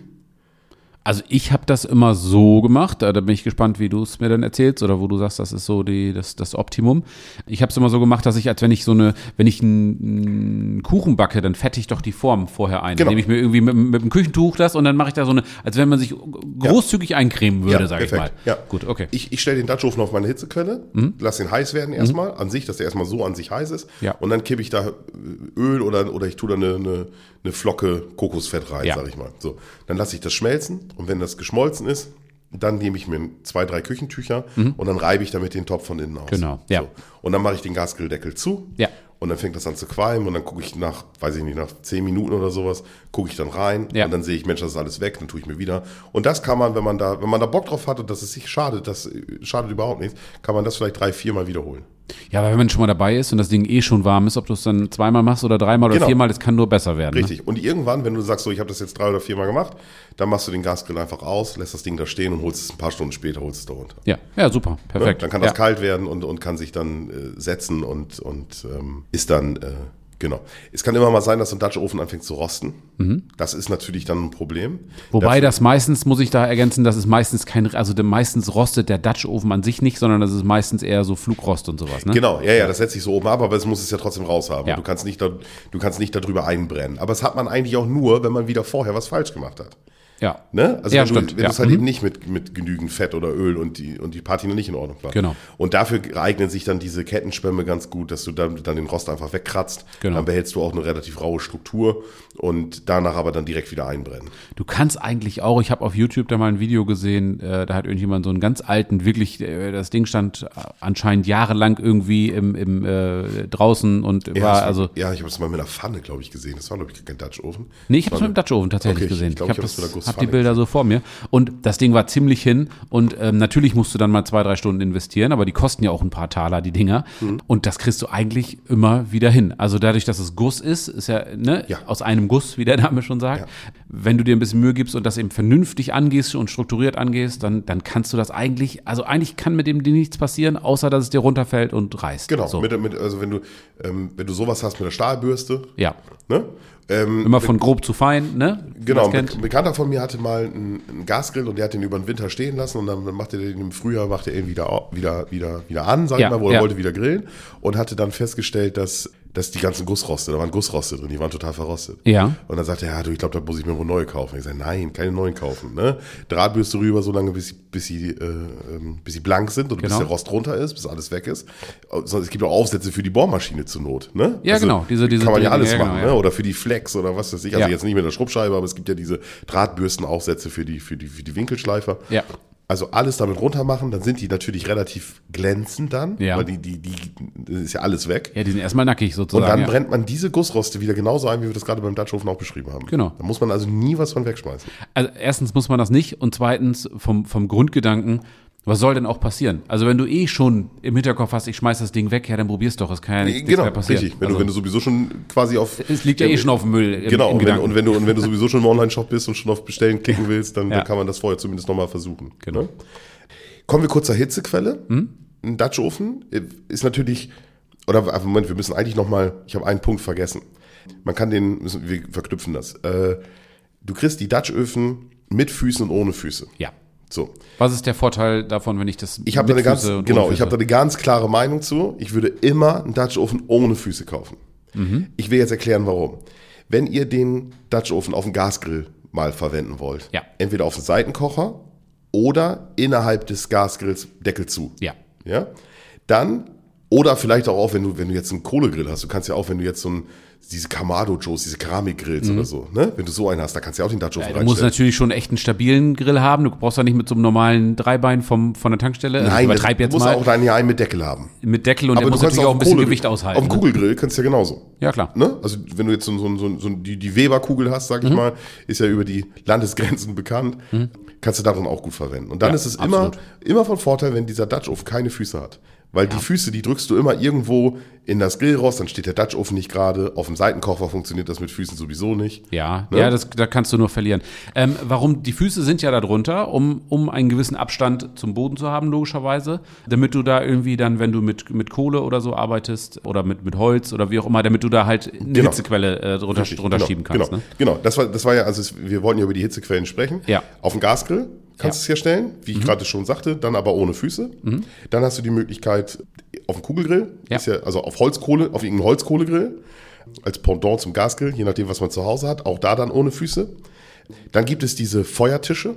A: Also ich habe das immer so gemacht, äh, da bin ich gespannt, wie du es mir dann erzählst oder wo du sagst, das ist so die, das, das Optimum. Ich habe es immer so gemacht, dass ich, als wenn ich so eine, wenn ich einen Kuchen backe, dann fette ich doch die Form vorher ein. Dann
B: Genau.
A: Nehme ich mir irgendwie mit, mit dem Küchentuch das und dann mache ich da so eine, als wenn man sich großzügig eincremen würde,
B: Ja,
A: sag sage ich mal.
B: perfekt. Ja.
A: Gut, okay. Mhm.
B: Ich, ich stelle den Dutchofen auf meine Hitzequelle, lass ihn heiß werden erstmal, an sich, dass der erstmal so an sich heiß ist.
A: Ja.
B: Und dann kippe ich da äh, Öl oder, oder ich tue da eine, eine, eine Flocke Kokosfett rein,
A: Ja.
B: sage ich mal. So, dann lasse ich das schmelzen und wenn das geschmolzen ist, dann nehme ich mir zwei, drei Küchentücher und dann reibe ich damit den Topf von innen aus.
A: Mhm. Genau, ja.
B: So. Und dann mache ich den Gasgrilldeckel zu.
A: Ja.
B: Und dann fängt das an zu qualmen und dann gucke ich nach, weiß ich nicht, nach zehn Minuten oder sowas, gucke ich dann rein
A: Ja.
B: und dann sehe ich, Mensch, das ist alles weg, dann tue ich mir wieder. Und das kann man, wenn man da, wenn man da Bock drauf hat und das ist nicht schadet, das äh, schadet überhaupt nichts, kann man das vielleicht drei, viermal wiederholen.
A: Ja, aber wenn man schon mal dabei ist und das Ding eh schon warm ist, ob du es dann zweimal machst oder dreimal oder
B: Genau.
A: viermal, das kann nur besser werden. Ne?
B: Richtig. Und irgendwann, wenn du sagst, so, ich habe das jetzt drei oder viermal gemacht, dann machst du den Gasgrill einfach aus, lässt das Ding da stehen und holst es ein paar Stunden später, holst es da runter.
A: Ja, ja, super, perfekt.
B: Ne? Dann kann das
A: ja.
B: kalt werden und, und kann sich dann äh, setzen und, und ähm, ist dann, äh, genau. Es kann immer mal sein, dass so ein Dutch-Ofen anfängt zu rosten. Das ist natürlich dann ein Problem.
A: Mhm. Wobei das meistens, muss ich da ergänzen, das ist meistens kein, also der- meistens rostet der Dutch-Ofen an sich nicht, sondern das ist meistens eher so Flugrost und sowas, ne?
B: Genau, ja, ja, das setzt sich so oben ab, aber es muss es ja trotzdem raus haben.
A: Ja.
B: Du, kannst nicht da, du kannst nicht darüber einbrennen. Aber es hat man eigentlich auch nur, wenn man wieder vorher was falsch gemacht hat.
A: Ja.
B: Ne? Also
A: Ja,
B: wenn
A: stimmt,
B: du, wenn
A: ja.
B: es halt
A: Mhm.
B: eben nicht mit, mit genügend Fett oder Öl und die, und die Patina nicht in Ordnung war.
A: Genau.
B: Und dafür eignen sich dann diese Kettenschwämme ganz gut, dass du dann, dann den Rost einfach wegkratzt.
A: Genau.
B: Dann behältst du auch eine relativ raue Struktur und danach aber dann direkt wieder einbrennen.
A: Du kannst eigentlich auch, ich habe auf YouTube da mal ein Video gesehen, äh, da hat irgendjemand so einen ganz alten, wirklich, äh, das Ding stand äh, anscheinend jahrelang irgendwie im, im äh, draußen und war
B: das war-
A: also.
B: ja, ich habe das mal mit einer Pfanne, glaube ich, gesehen. Das war, glaube ich, kein Dutch Oven.
A: Nee, ich habe es
B: War
A: mit dem Dutch Oven tatsächlich
B: Okay, ich-
A: gesehen.
B: ich glaub,
A: ich
B: ich
A: habe
B: hab's mit der
A: hab die
B: Gussfalle
A: Bilder so vor mir. Und das Ding war ziemlich hin. Und ähm, natürlich musst du dann mal zwei, drei Stunden investieren, aber die kosten ja auch ein paar Taler, die Dinger.
B: Mhm.
A: Und das kriegst du eigentlich immer wieder hin. Also dadurch, dass es Guss ist, ist ja, ne,
B: Ja.
A: aus einem Guss, wie der Name schon sagt.
B: Ja.
A: Wenn du dir ein bisschen Mühe gibst und das eben vernünftig angehst und strukturiert angehst, dann, dann kannst du das eigentlich, also eigentlich kann mit dem Ding nichts passieren, außer dass es dir runterfällt und reißt.
B: Genau,
A: So.
B: mit, mit, also wenn du, ähm, wenn du sowas hast mit der Stahlbürste,
A: ja.
B: ne? Ähm,
A: Immer von grob zu fein, ne? Wie
B: Genau,
A: man's
B: ein
A: kennt.
B: Be- Bekannter von mir hatte mal einen, einen Gasgrill und der hat den über den Winter stehen lassen und dann machte er den im Frühjahr, machte er ihn wieder, au- wieder, wieder, wieder an, sag
A: Ja,
B: ich mal, wo er
A: ja.
B: wollte wieder grillen und hatte dann festgestellt, dass, dass die ganzen Gussroste, da waren Gussroste drin, die waren total verrostet.
A: Ja.
B: Und dann sagte er, ja, du, ich glaube, da muss ich mir wohl neue kaufen. Ich sage, nein, keine neuen kaufen. Ne? Drahtbürste rüber, so lange, bis sie, bis sie, äh, ähm, bis sie blank sind oder
A: Genau.
B: bis der Rost runter ist, bis alles weg ist. Also, es gibt auch Aufsätze für die Bohrmaschine zur Not. Ne?
A: Ja, genau, diese- diese
B: kann man ja
A: Drähte,
B: alles
A: ja, genau,
B: machen.
A: ja.
B: Ne? oder für die Flex oder was weiß ich. Also
A: Ja.
B: jetzt nicht mit der Schrubbscheibe, aber es gibt ja diese Drahtbürstenaufsätze für die, für die, für die Winkelschleifer.
A: Ja.
B: Also alles damit runter machen, dann sind die natürlich relativ glänzend dann,
A: Ja.
B: weil die, die, die, das ist ja alles weg.
A: Ja, die sind erstmal nackig
B: Und
A: sozusagen.
B: dann
A: ja.
B: brennt man diese Gussroste wieder genauso ein, wie wir das gerade beim Dutchofen auch beschrieben haben.
A: Genau.
B: Da muss man also nie was von wegschmeißen.
A: Also erstens muss man das nicht und zweitens vom, vom Grundgedanken, was soll denn auch passieren? Also wenn du eh schon im Hinterkopf hast, ich schmeiß das Ding weg, ja, dann probier's doch, es kann ja nichts, nichts mehr passieren.
B: Genau, richtig. Wenn,
A: also,
B: du, wenn du sowieso schon quasi auf.
A: es liegt ja eh schon auf dem Müll. im-
B: Genau,
A: im
B: und wenn,
A: Gedanken.
B: und, wenn du, und wenn du sowieso schon im Online-Shop bist und schon auf Bestellen klicken willst, dann,
A: Ja.
B: dann kann man das vorher zumindest nochmal versuchen.
A: Genau. Hm?
B: Ne? Kommen wir kurz zur Hitzequelle. Ein Dutch-Ofen äh, ist natürlich, oder ah, Moment, wir müssen eigentlich nochmal, ich habe einen Punkt vergessen. Man kann den, müssen, wir verknüpfen das. Äh, du kriegst die Dutch-Öfen mit Füßen und ohne Füße.
A: ja.
B: So.
A: Was ist der Vorteil davon, wenn ich das
B: Ich habe da
A: mit
B: eine ganz,
A: Füße und
B: genau,
A: ohne
B: ich habe da
A: Füße-
B: eine ganz klare Meinung zu. Ich würde immer einen Dutch Oven ohne
A: Mhm.
B: Füße kaufen. Ich will jetzt erklären, warum. Wenn ihr den Dutch Oven auf dem Gasgrill mal verwenden wollt.
A: Ja.
B: Entweder auf den Seitenkocher oder innerhalb des Gasgrills Deckel zu.
A: Ja.
B: Ja? Dann, oder vielleicht auch, auf, wenn du, wenn du jetzt einen Kohlegrill hast, du kannst ja auch, wenn du jetzt so ein, diese Kamado-Joes, diese Keramikgrills
A: Mhm.
B: oder so, ne? Wenn du so einen hast, da kannst du ja auch den Dutch Oven
A: Du musst natürlich schon echt einen stabilen Grill haben. Du brauchst ja nicht mit so einem normalen Dreibein vom, von der Tankstelle. Also ich
B: Nein,
A: übertreib
B: du
A: jetzt
B: musst
A: mal.
B: auch deinen einen mit Deckel haben.
A: mit Deckel und der muss
B: kannst
A: natürlich auch ein
B: auf dem
A: bisschen
B: Kohle-
A: Gewicht
B: Auf
A: aushalten.
B: dem
A: ne?
B: Kugelgrill kannst du ja genauso.
A: Ja, klar.
B: Ne? Also wenn du jetzt so, so, so, so die, die Weberkugel hast, sag ich
A: Mhm.
B: mal, ist ja über die Landesgrenzen bekannt, kannst du darin auch gut verwenden. Und dann
A: Ja,
B: ist es immer,
A: absolut.
B: immer von Vorteil, wenn dieser Dutch Oven keine Füße hat. Weil die Füße, die drückst du immer irgendwo in das Grillrost, dann steht der Dutch Oven nicht gerade. Auf dem Seitenkocher funktioniert das mit Füßen sowieso nicht.
A: Ja,
B: Ne?
A: ja, das, da kannst du nur verlieren. Ähm, warum? Die Füße sind ja da drunter, um, um einen gewissen Abstand zum Boden zu haben, logischerweise. Damit du da irgendwie dann, wenn du mit, mit Kohle oder so arbeitest oder mit, mit Holz oder wie auch immer, damit du da halt eine
B: Genau.
A: Hitzequelle äh, drunter,
B: Richtig,
A: drunter
B: genau,
A: schieben kannst.
B: Genau,
A: Ne?
B: genau. Das, war, das war ja, also es, wir wollten ja über die Hitzequellen sprechen.
A: Ja. Mhm.
B: Auf dem Gasgrill kannst du es herstellen, wie ich gerade schon sagte, dann aber ohne Füße. Dann hast du die Möglichkeit auf dem Kugelgrill,
A: Ja.
B: Ist ja, also auf Holzkohle, auf irgendeinen Holzkohlegrill, als Pendant zum Gasgrill, je nachdem, was man zu Hause hat, auch da dann ohne Füße. Dann gibt es diese Feuertische.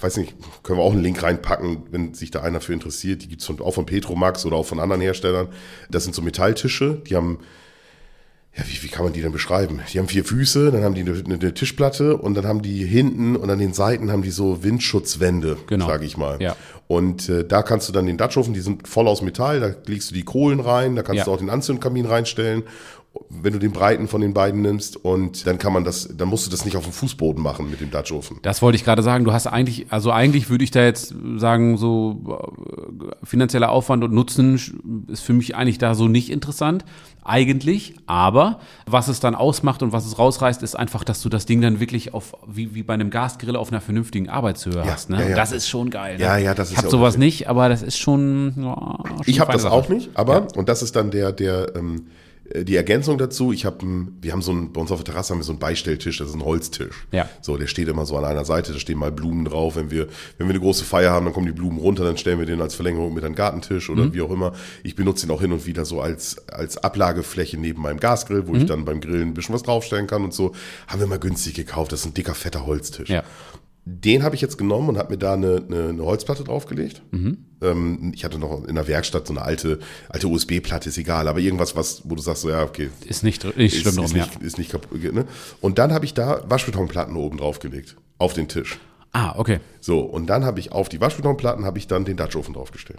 B: Weiß nicht, können wir auch einen Link reinpacken, wenn sich da einer für interessiert. Die gibt es auch von Petromax oder auch von anderen Herstellern. Das sind so Metalltische, die haben ja, wie, wie kann man die denn beschreiben? Die haben vier Füße, dann haben die eine, eine Tischplatte und dann haben die hinten und an den Seiten haben die so Windschutzwände,
A: Genau.
B: sage ich mal.
A: Ja.
B: Und äh, da kannst du dann den Dutchofen, die sind voll aus Metall, da legst du die Kohlen rein, da kannst
A: Ja.
B: du auch den Anzündkamin reinstellen, wenn du den breiten von den beiden nimmst und dann kann man das, dann musst du das nicht auf dem Fußboden machen mit dem Dutchofen.
A: Das wollte ich gerade sagen. Du hast eigentlich, also eigentlich würde ich da jetzt sagen, so äh, finanzieller Aufwand und Nutzen sch- ist für mich eigentlich da so nicht interessant. Eigentlich, aber was es dann ausmacht und was es rausreißt, ist einfach, dass du das Ding dann wirklich auf, wie, wie bei einem Gasgrill auf einer vernünftigen Arbeitshöhe hast. Ne?
B: ja, ja.
A: Das ist schon geil. Ne?
B: Ja, ja, das ist
A: Ich habe
B: ja
A: sowas
B: auch-
A: nicht, aber das ist schon. Ja, schon
B: Ich habe
A: eine feine
B: das
A: Sache.
B: auch nicht, aber und das ist dann der der ähm, äh, die Ergänzung dazu. Ich habe wir haben so einen bei uns auf der Terrasse haben wir so einen Beistelltisch, das ist ein Holztisch.
A: Ja.
B: So, der steht immer so an einer Seite, da stehen mal Blumen drauf, wenn wir wenn wir eine große Feier haben, dann kommen die Blumen runter, dann stellen wir den als Verlängerung mit an den Gartentisch oder
A: Mhm.
B: wie auch immer. Ich benutze ihn auch hin und wieder so als als Ablagefläche neben meinem Gasgrill, wo
A: Mhm.
B: ich dann beim Grillen ein bisschen was draufstellen kann und so. Haben wir mal günstig gekauft, das ist ein dicker fetter Holztisch.
A: Ja.
B: Den habe ich jetzt genommen und habe mir da eine, eine, eine Holzplatte draufgelegt.
A: Mhm.
B: Ähm, ich hatte noch in der Werkstatt so eine alte, alte USB-Platte, ist egal, aber irgendwas, was, wo du sagst, so ja, okay,
A: Ist nicht, dr- nicht schlimm
B: ist,
A: drum,
B: ist,
A: ja.
B: nicht, ist nicht kaputt. Ne? Und dann habe ich da Waschbetonplatten oben draufgelegt, auf den Tisch.
A: Ah, okay.
B: So, und dann habe ich auf die Waschbetonplatten habe ich dann den Dutch Oven draufgestellt.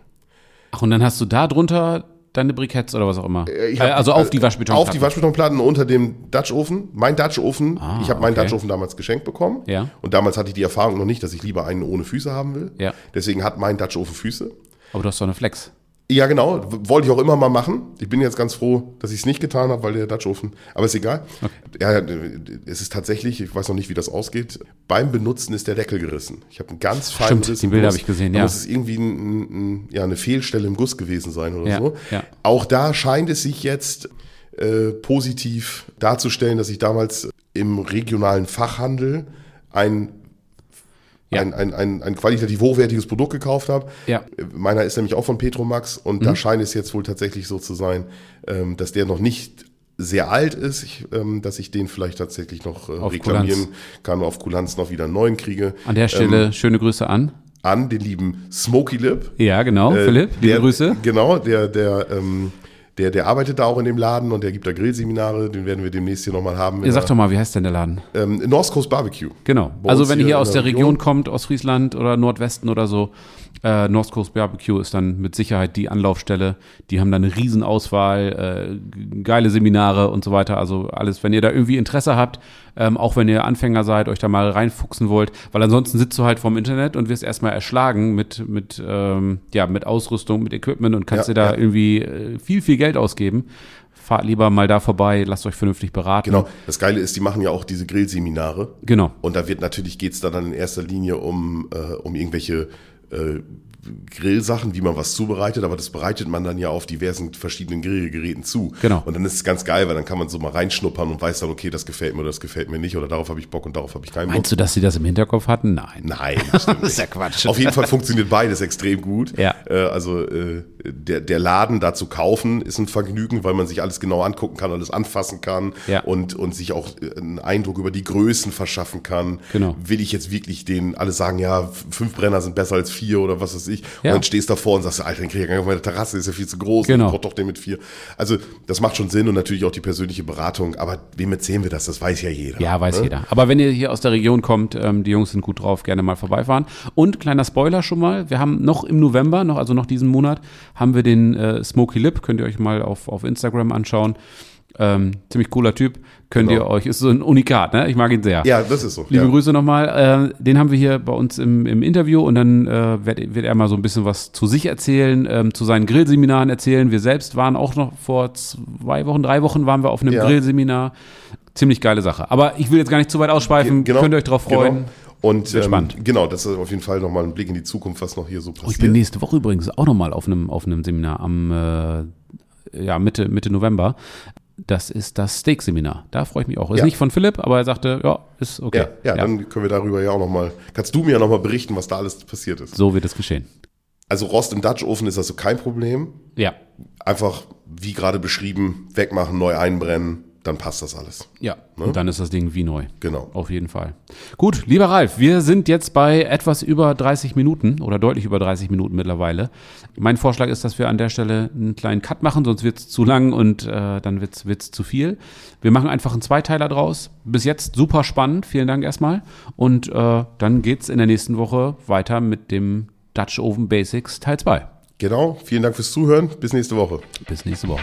A: Ach, und dann hast du da drunter deine Briketts oder was auch immer.
B: ich
A: Äh,
B: hab-
A: also auf die Waschbeton.
B: Auf die Waschbetonplatten unter dem Dutch-Ofen. Mein Dutch-Ofen,
A: Ah,
B: ich habe meinen
A: okay.
B: Dutch-Ofen damals geschenkt bekommen.
A: Ja.
B: Und damals hatte ich die Erfahrung noch nicht, dass ich lieber einen ohne Füße haben will.
A: Ja.
B: Deswegen hat mein Dutch-Ofen Füße.
A: Aber du hast doch eine Flex.
B: Ja, genau. W- Wollte ich auch immer mal machen. Ich bin jetzt ganz froh, dass ich es nicht getan habe, weil der Dutch Oven. Aber ist egal. Ja, d- d- es ist tatsächlich, ich weiß noch nicht, wie das ausgeht. Beim Benutzen ist der Deckel gerissen. Ich habe einen ganz feinen
A: Stimmt, die Bilder
B: im Guss.
A: habe ich gesehen,
B: Da
A: ja.
B: Muss es irgendwie ein, ein, ein, ja, eine Fehlstelle im Guss gewesen sein oder
A: Ja,
B: so.
A: ja.
B: Auch da scheint es sich jetzt äh, positiv darzustellen, dass ich damals im regionalen Fachhandel ein
A: Ja.
B: ein, ein, ein, ein qualitativ hochwertiges Produkt gekauft habe.
A: Ja. Mhm.
B: Meiner ist nämlich auch von Petromax und da scheint es jetzt wohl tatsächlich so zu sein, ähm, dass der noch nicht sehr alt ist, ich, ähm, dass ich den vielleicht tatsächlich noch äh,
A: Auf
B: reklamieren
A: Kulanz.
B: kann, auf Kulanz noch wieder einen neuen kriege. Ähm,
A: An der Stelle schöne Grüße an.
B: An den lieben Smokey Lip.
A: Ja, genau,
B: Äh,
A: Philipp, liebe
B: der,
A: Grüße.
B: Genau, der, der, ähm, der, der arbeitet da auch in dem Laden und der gibt da Grillseminare, den werden wir demnächst hier nochmal haben.
A: Ihr sagt doch mal, wie heißt denn der Laden?
B: ähm, North Coast Barbecue.
A: Genau.
B: Bei
A: also
B: uns
A: wenn ihr
B: hier
A: hier
B: in
A: aus der
B: der
A: Region,
B: Region
A: kommt, aus Friesland oder Nordwesten oder so, äh, North Coast Barbecue ist dann mit Sicherheit die Anlaufstelle. Die haben da eine Riesenauswahl, äh, g- geile Seminare und so weiter. Also alles, wenn ihr da irgendwie Interesse habt, ähm, auch wenn ihr Anfänger seid, euch da mal reinfuchsen wollt, weil ansonsten sitzt du halt vorm Internet und wirst erstmal erschlagen mit, mit, ähm, ja, mit Ausrüstung, mit Equipment und kannst
B: Ja,
A: dir da
B: ja.
A: irgendwie äh, viel, viel Geld ausgeben. Fahrt lieber mal da vorbei, lasst euch vernünftig beraten.
B: Genau. Das Geile ist, die machen ja auch diese Grillseminare.
A: Genau.
B: Und da wird natürlich geht's da dann in erster Linie um, äh, um irgendwelche äh, Grillsachen, wie man was zubereitet, aber das bereitet man dann ja auf diversen verschiedenen Grillgeräten zu.
A: Genau.
B: Und dann ist es ganz geil, weil dann kann man so mal reinschnuppern und weiß dann, okay, das gefällt mir oder das gefällt mir nicht oder darauf habe ich Bock und darauf habe ich keinen Bock.
A: Meinst du, dass sie das im Hinterkopf hatten? Nein.
B: Nein, das stimmt nicht.
A: ja Quatsch.
B: Auf jeden Fall funktioniert beides extrem gut.
A: Ah, Ja.
B: Äh, also äh, der, der Laden da zu kaufen, ist ein Vergnügen, weil man sich alles genau angucken kann, alles anfassen kann
A: Ja.
B: und, und sich auch äh, einen Eindruck über die Größen verschaffen kann.
A: Genau.
B: Will ich jetzt wirklich den alle sagen, ja, f- fünf Brenner sind besser als vier oder was weiß ich.
A: Ja.
B: Und dann stehst du davor und sagst, Alter, den krieg ich ja gar nicht auf meine Terrasse, ist ja viel zu groß.
A: Genau.
B: Ich brauch doch den mit vier. Also das macht schon Sinn und natürlich auch die persönliche Beratung, aber wem erzählen wir das? Das weiß ja jeder.
A: Ja, weiß
B: ne?
A: jeder. Aber wenn ihr hier aus der Region kommt, ähm, die Jungs sind gut drauf, gerne mal vorbeifahren. Und kleiner Spoiler schon mal, wir haben noch im November, noch, also noch diesen Monat, haben wir den äh, Smoky Lip, könnt ihr euch mal auf, auf Instagram anschauen. Ähm, ziemlich cooler Typ, könnt
B: Genau.
A: ihr euch, ist so ein Unikat, ne? Ich mag ihn sehr.
B: Ja, das ist so.
A: Liebe
B: ja.
A: Grüße nochmal. Äh, den haben wir hier bei uns im, im Interview und dann äh, wird, wird er mal so ein bisschen was zu sich erzählen, ähm, zu seinen Grillseminaren erzählen. Wir selbst waren auch noch vor zwei Wochen, drei Wochen waren wir auf einem
B: Ja.
A: Grillseminar. Ziemlich geile Sache. Aber ich will jetzt gar nicht zu weit ausschweifen.
B: Genau,
A: Könnt ihr euch drauf freuen.
B: Genau. Und ähm,
A: spannend.
B: genau, das ist auf jeden Fall nochmal ein Blick in die Zukunft, was noch hier so passiert.
A: Oh, ich bin nächste Woche übrigens auch nochmal auf einem, auf einem Seminar am äh, ja, Mitte, Mitte November. Das ist das Steak-Seminar. Da freue ich mich auch. Ist
B: Ja.
A: nicht von Philipp, aber er sagte, ja, ist okay.
B: ja, ja, dann können wir darüber ja auch nochmal. Kannst du mir ja nochmal berichten, was da alles passiert ist?
A: so wird es geschehen.
B: Also Rost im Dutch Oven ist also kein Problem.
A: Ja.
B: Einfach, wie gerade beschrieben, wegmachen, neu einbrennen, dann passt das alles.
A: Ja, und dann ist das Ding wie neu.
B: Genau.
A: Auf jeden Fall. Gut, lieber Ralf, wir sind jetzt bei etwas über 30 Minuten oder deutlich über 30 Minuten mittlerweile. Mein Vorschlag ist, dass wir an der Stelle einen kleinen Cut machen, sonst wird's zu lang und äh, dann wird's wird's zu viel. Wir machen einfach einen Zweiteiler draus. Bis jetzt super spannend. Vielen Dank erstmal. Und äh, dann geht's in der nächsten Woche weiter mit dem Dutch Oven Basics Teil 2.
B: Genau, vielen Dank fürs Zuhören. Bis nächste Woche.
A: Bis nächste Woche.